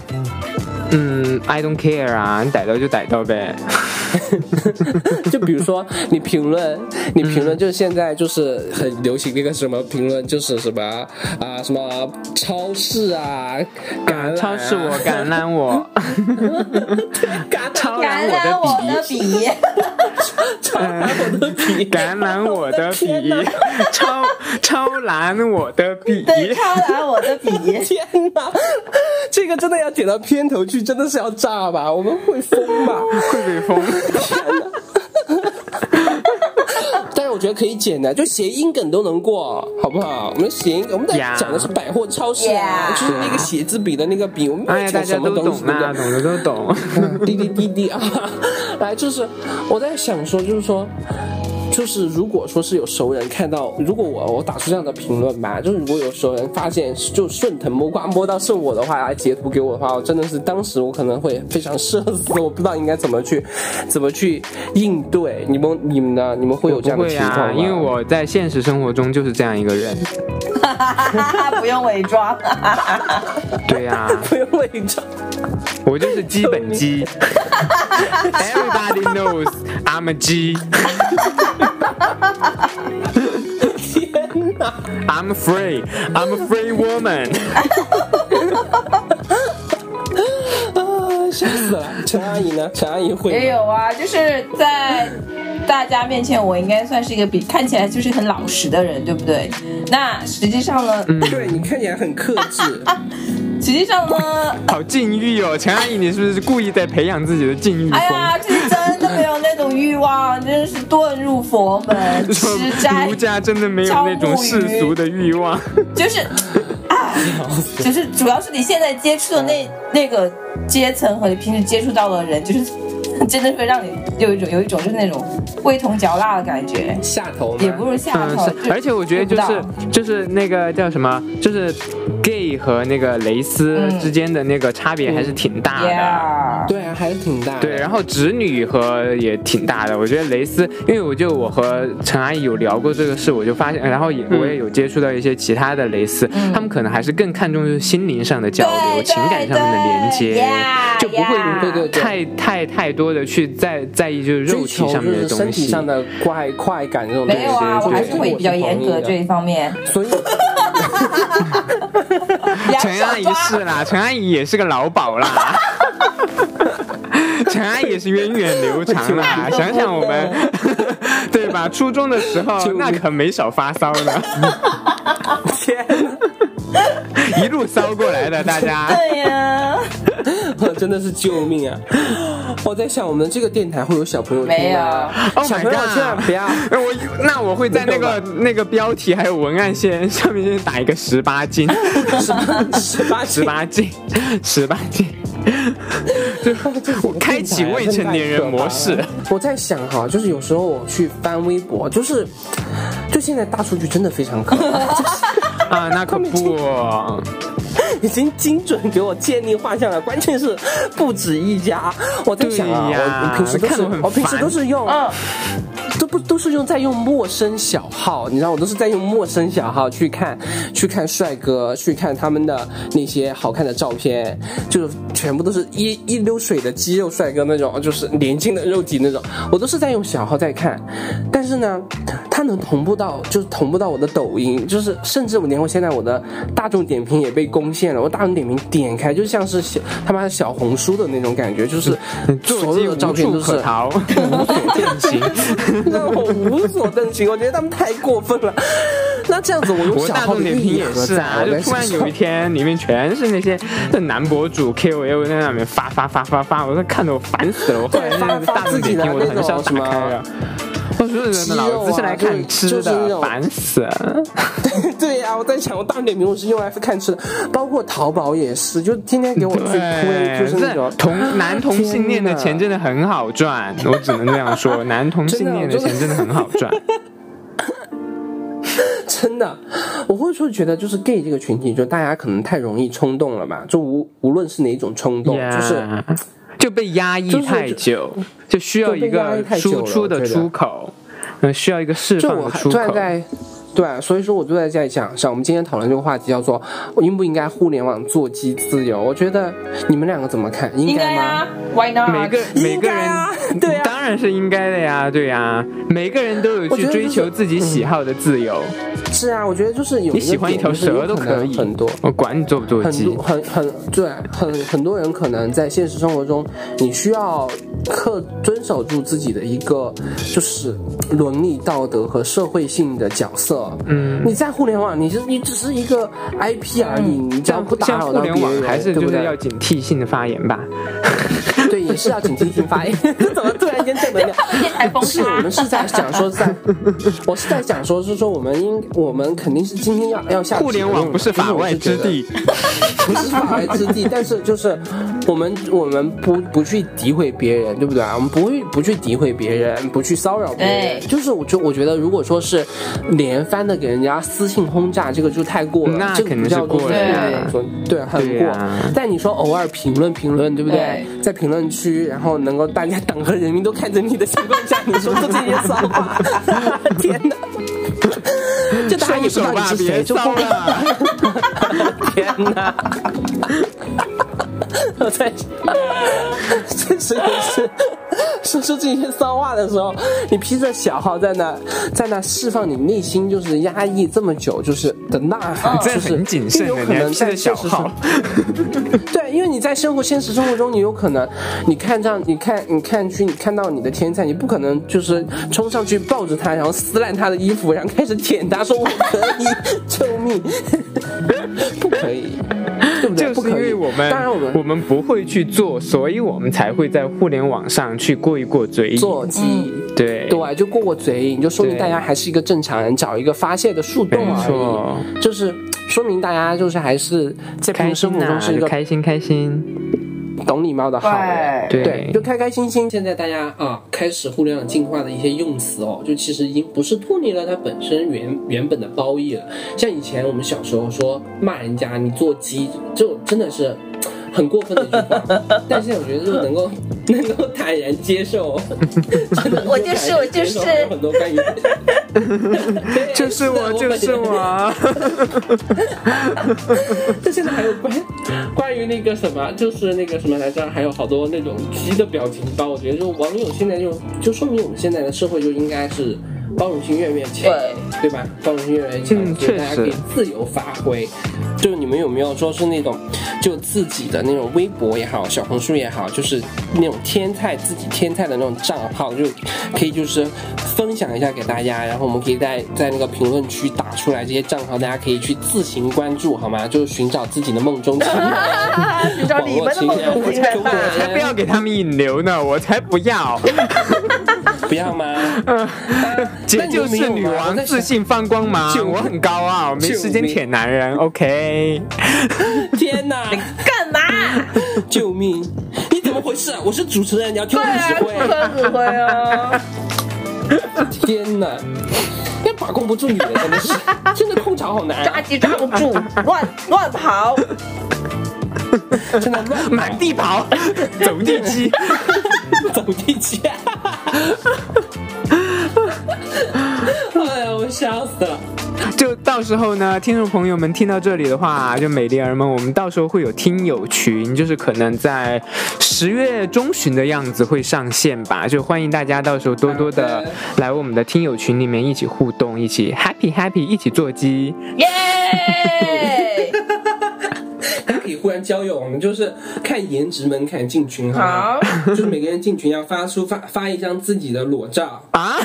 *laughs* 嗯，I don't care 啊，你逮到就逮到呗。就比如说你评论，你评嗯论就是现在就是很流行那个什么评论，就是什么啊、什么超市啊，橄榄、啊、超市我，感染我，橄榄超感染染我我的的 *laughs* 笔，笔，感染我的笔， *laughs* 超超染我的笔。对，超染我的笔。 *laughs* 天哪，这个真的要点到片头去，真的是要炸吧？我们会疯吧？会被封，但是我觉得可以剪的，就谐音梗都能过，好不好？我们谐音，我们在 Yeah 讲的是百货超市啊 Yeah 就是那个写字笔的那个笔，我们哎没呀，讲大家什么都东西，懂对不啦，对？懂的都 *laughs* 懂。 *laughs* 滴滴滴滴啊！来，就是我在想说，就是说，就是如果说是有熟人看到，如果我我打出这样的评论吧，就是如果有熟人发现就顺藤摸瓜摸到是我的话，来截图给我的话，我真的是当时我可能会非常社死，我不知道应该怎么去怎么去应对。你们你们呢？你们会有我这不会样的情况啊吗？，因为 *laughs* 我在现实生活中就是这样一个人。不用伪装，对 *laughs* 呀、不用伪装，我就是基本鸡。Everybody knows I'm a *laughs* G. 天哪！ I'm free. I'm a free woman. 啊，笑死了！陈阿姨呢？陈阿姨会吗也有啊，就是在大家面前，我应该算是一个比看起来就是很老实的人，对不对？那实际上呢，嗯对你看起来很克制。 *laughs* 嗯实际上 *laughs* 呢，好禁欲哦，陈阿姨，你是不是故意在培养自己的禁欲哎风？呀，就是真的没有那种欲望，真是遁入佛门，说吃 *laughs* 斋儒家真的没有那种世俗的欲望，就是，啊，就是主要是你现在接触的那那个阶层和你平时接触到的人，就是真的会让你有一种有一种就是那种味同嚼蜡的感觉，下头吗？也不如下嗯头。是，而且我觉得就不知是道就是那个叫什么，就是 gay 和那个蕾丝嗯之间的那个差别还是挺大的。 Yeah，对啊，还是挺大的。对，然后直女和也挺大的，我觉得蕾丝，因为我就我和陈阿姨有聊过这个事，我就发现，然后嗯也我也有接触到一些其他的蕾丝，他们可能还是更看重就是心灵上的交流、对情感上面的连对接呀，就不会呀对对对太太太多的去在在意就是肉追体求上就面是的东西，身体上的快快感这种东西。没有啊，对对对我还是会比较严格这一方面。所以 *laughs* 陈阿姨是啦，陈阿姨也是个老鸨啦。 *laughs* 陈阿姨也是源远流长啦，想想我们， *laughs* 对吧？初中的时候那可没少发骚呢，天，一路骚过来的，大家。对呀，真的是救命啊！我在想，我们这个电台会有小朋友没听有吗？ Oh 小 my 朋友千万 god！不要。哎我那我会在那 *laughs* 个那个标题还有文案先上面先打一个十八禁，十八十八十 *laughs* 八禁，十八禁，就我开启未成年人模式。我在想哈，就是有时候我去翻微博，就是就现在大数据真的非常可 *laughs* 怕，就是啊，那可不。已经精准给我建立画像了。关键是不止一家，我在想啊，对呀我我平时都看是得很我平时烦都是用。嗯，都不都是用在用陌生小号，你知道，我都是在用陌生小号去看，去看帅哥，去看他们的那些好看的照片，就是全部都是一一溜水的肌肉帅哥那种，就是年轻的肉体那种，我都是在用小号在看，但是呢，它能同步到，就是同步到我的抖音，就是甚至我连我现在我的大众点评也被攻陷了，我大众点评点开就像是小他妈的小红书的那种感觉，就是坐所机有嗯无的照片处都是可逃，无所遁形。 *laughs* 让我无所遁形，我觉得他们太过分了。那这样子，我用我小大号众的点意评义也何是在？啊，我就在突然想有一 *laughs* 天里面全是那些那男博主 KOL 在那里面发发发发发，我都看得我烦死了。我后来对发那个大发自众己点的评我都很那少打种什么开啊。我说老子是来看吃就是那的，种烦死了。对呀、我在想，我大众点评我是用来看吃的，包括淘宝也是，就天天给我去推，对，就是那种这 *laughs* 同男同性恋的钱真的很好赚，我只能这样 *laughs* 说，男同性恋的钱真的很好赚。真的，我会说觉得就是 gay 这个群体，就大家可能太容易冲动了吧，就无无论是哪种冲动 Yeah，就是就被压抑太久，就需要一个输出的出口，嗯，需要一个释就放我的还出突然口。在，对，啊所以说我就在在想，像我们今天讨论这个话题叫做应不应该互联网座机自由？我觉得你们两个怎么看？应应该吗？啊呀，Why not？每个每个人，啊 *laughs* 对当然是应该的呀，对呀，每个人都有我觉去得就是追求自己喜好的自由。是啊，我觉得就是有你一个喜欢一点条就是有蛇都可能可以，很多。我管你做不做很鸡多。很很对，很很多人可能在现实生活中，你需要克遵守住自己的一个就是伦理道德和社会性的角色。嗯，你在互联网，你是你只是一个 IP 而已，你只嗯要像不打像扰互到联别网人，还是对就不是要对？警惕性的发言吧。对，也是要警惕性发言。 *laughs* 怎么突然间正能量？ *laughs* 电台封不是，我杀们，是在想说在，我是在想说，是说我们应我们肯定是今天要要下互联网不是法外之地。地，不是法外之地，但是就是我们我们不不去诋毁别人，对不对啊？我们不会不去诋毁别人，不去骚扰别人。对就是我觉我觉得，如果说是连番的给人家私信轰炸，这个就太过了，那这个肯不定是叫做过了呀对对，很对过。呀但你说偶尔评论评论，对不对？对在评论区，然后能够大家党和人民都看着你的情况下，你说出这些骚话，天哪！就大家也不知道手你吧，是谁，别就骚过了。天哪！我在，真是是说出这些骚话的时候，你披着小号在那在那释放你内心就是压抑这么久就是的呐喊，真就的是很谨慎因的，为有你可还能披在着小现实中号，对，因为你在生活现实生活中，你有可能，你看上，你看，你看去，你看到你的天才，你不可能就是冲上去抱着他，然后撕烂他的衣服，然后开始舔他，说我可以，救命，不可以，对不 *laughs* 对？就不是可因为以。我们当然我们们不会去做，所以我们才会在互联网上去过一过嘴瘾。做鸡。对对，啊就过过嘴瘾，就说明对大家还是一个正常人，找一个发泄的树洞没错而已，就是说明大家就是还是在平开时生心啊活呐、中是一就个开心开心。懂礼貌的好人。对对，就开开心心。现在大家啊，开始互联网进化的一些用词哦，就其实已经不是脱离了它本身原原本的褒义了。像以前我们小时候说骂人家你做鸡，这种真的是。很过分的一句 *laughs* 话，但现在我觉得就能够 *laughs* 能够坦然接 *laughs* 受，哦真的我就是我就是能够坦然接受还有很多关于，对就是我，本就人是我， *laughs* 这现在还有关关于那个什么，就是那个什么来着，还有好多那种鸡的表情包。我觉得就网友现在就就说明我们现在的社会就应该是包容性越来越强，对吧？包容性越来越强，嗯所以大家可确以实自由发挥。就是你们有没有说是那种，就自己的那种微博也好，小红书也好，就是那种天菜自己天菜的那种账号，就可以就是分享一下给大家，然后我们可以在在那个评论区打出来这些账号，大家可以去自行关注，好吗？就是寻找自己的梦中情人， *laughs* 你知道你们的梦中情人吧？才不要给他们引流呢，我才不 *laughs* 要。不要吗？ *laughs* 姐就是女 *laughs* 王，啊自信放光芒救，命我很高傲，没救时间命舔男人。OK，天哪！ *laughs* 干嘛？救命！ *laughs* 你怎么回事啊？我是主持人，你要听我对指啊，挥。不可指挥哦。天哪！那把控不住女人，真的 *laughs* 是，真的控场好难啊，抓鸡抓不住，乱乱跑，真的乱 *laughs* 满地跑，走地鸡。 *laughs* 走地鸡。 *laughs* 哎呀，我笑死了！就到时候呢，听众朋友们听到这里的话，就美丽儿们，我们到时候会有听友群，就是可能在十月中旬的样子会上线吧，就欢迎大家到时候多多好的的来我们的听友群里面一起互动，一起 happy happy，一起做鸡。耶！大家可以不然交友，我们就是看颜值门槛进群，好吗？就是每个人进群要发出发发一张自己的裸照，啊，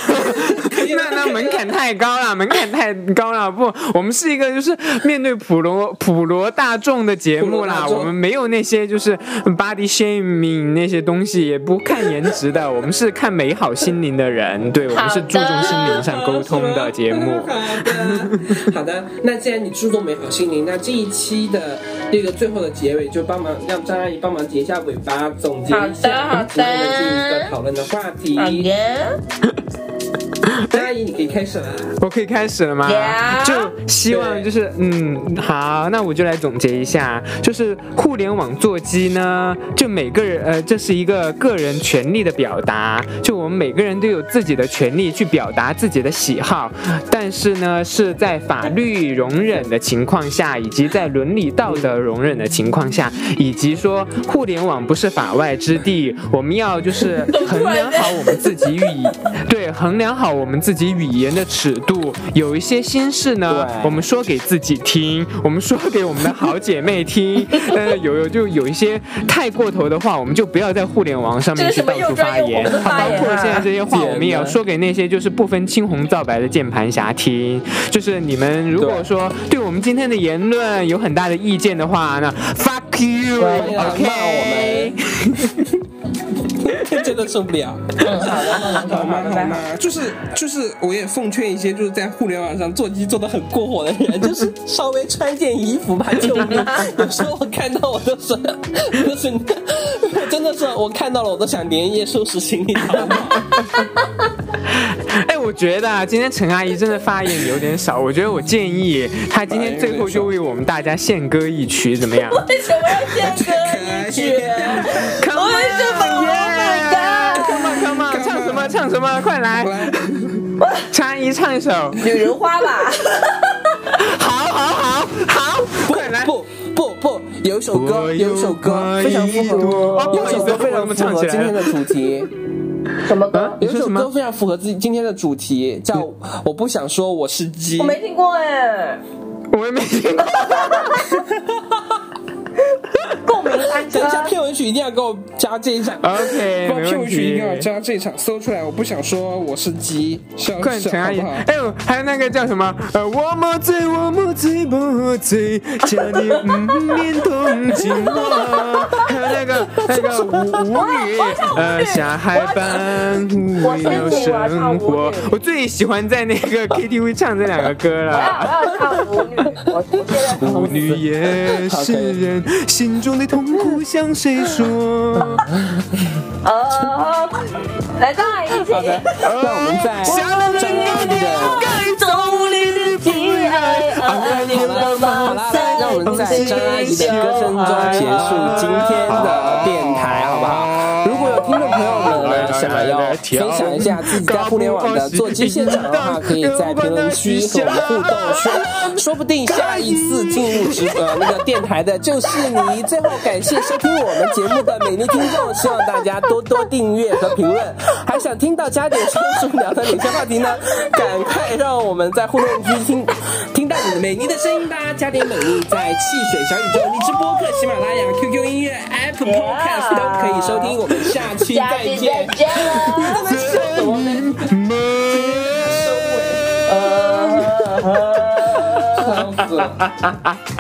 那那门槛太高了，门槛太高了。不，我们是一个就是面对普罗普罗大众的节目啦，普罗大众我们没有那些就是 body shaming 那些东西，也不看颜值的，我们是看美好心灵的人。对，我们是注重心灵上 *laughs* 沟通的节目。好的， *laughs* 好的。那既然你注重美好心灵，那这一期的这个最后的结尾，就帮忙让张阿姨帮忙结一下尾巴，总结一好下的今天的这一个讨论的话题。好的，张阿姨，你可以开始了。我可以开始了吗 Yeah 就希望就是嗯，好，那我就来总结一下，就是互联网座机呢，就每个人呃，这是一个个人权利的表达，就我们每个人都有自己的权利去表达自己的喜好，但是呢，是在法律容忍的情况下，以及在伦理道德容忍的情况下，以及说互联网不是法外之地，我们要就是衡量好我们自己语言， *laughs* 对，衡量好我们自己语言的尺度。有一些心事呢，我们说给自己听，我们说给我们的好姐妹听。呃，有有就有一些太过头的话，我们就不要在互联网上面这去是什么到处又发专又言红。的包发言括现在啊？这些话，天我们也要哪说给那些就是不分青红皂白的键盘侠听。就是你们如果说对我们今天的言论有很大的意见的话，那 fuck 对呀骂 you，OK？、我 *laughs* 真的受不了。好吗？好吗？就是就是，我也奉劝一些就是在互联网上做鸡做的很过火的 *laughs* 人，就是稍微穿件衣服吧，救命！有时候我看到我都是，都是， *laughs* 真的是我看到了我都想连夜收拾行李逃跑。哎，我觉得啊，今天陈阿姨真的发言有点少，我觉得我建议她今天最后就为我们大家献歌一曲，怎么样为什么要献歌一曲？ ？Come on，为什么我买的 yeah，come on，come on，唱什么唱什么，快来！陈阿姨唱一首，女人花吧，好好好好，快来！不不不，有一首歌，有一首歌非常符合，哦，不有好一意首思歌，非常我符怎么唱合起今来天了的主题。什么歌？啊？你有一说首什歌么？非常符合自己今天的主题，叫《我不想说我是鸡我》。没听过哎，我也没听过。共鸣单车等一。啊下片尾曲一定要给我加这一场 OK，没哎片问尾曲一题定。要加这一场，搜出来！我不想说我是鸡，是要冠是陈阿好姨，不好？哎呦，还有那个叫什么？呃，我没醉，我没醉，没醉，叫你唔免同情我。还有那个那个舞舞女，呃，下海般无聊生活。我最喜欢在那 *laughs* 个 KTV 唱这两个歌了。我要唱舞女，我我现 *laughs* 妇在唱嗯女也是人，心中的痛苦向谁说？呃，来张阿姨一起。那我们 *laughs* 再想啊了整个那个该走你的平安。好啦，让我们在张阿姨的歌声中结束今天的电台，好不好？如果有听众朋友们呢，想要分享一下自己在互联网的做机现场的话，可以在评论区和我们互动，说 *laughs* 说不定下一次进入直呃那个电台的就是你。最后感谢收听我们节目的每位听众，希望大家多多订阅和评论。还想听到加点超叔聊的哪些话题呢？赶快让我们在互动区听听到你的美丽的声音吧！加点美丽在汽水小宇宙、荔枝播客、喜马拉雅、QQ 音乐、Apple Podcast 都可以收听。我们下期再见。们。笑死了。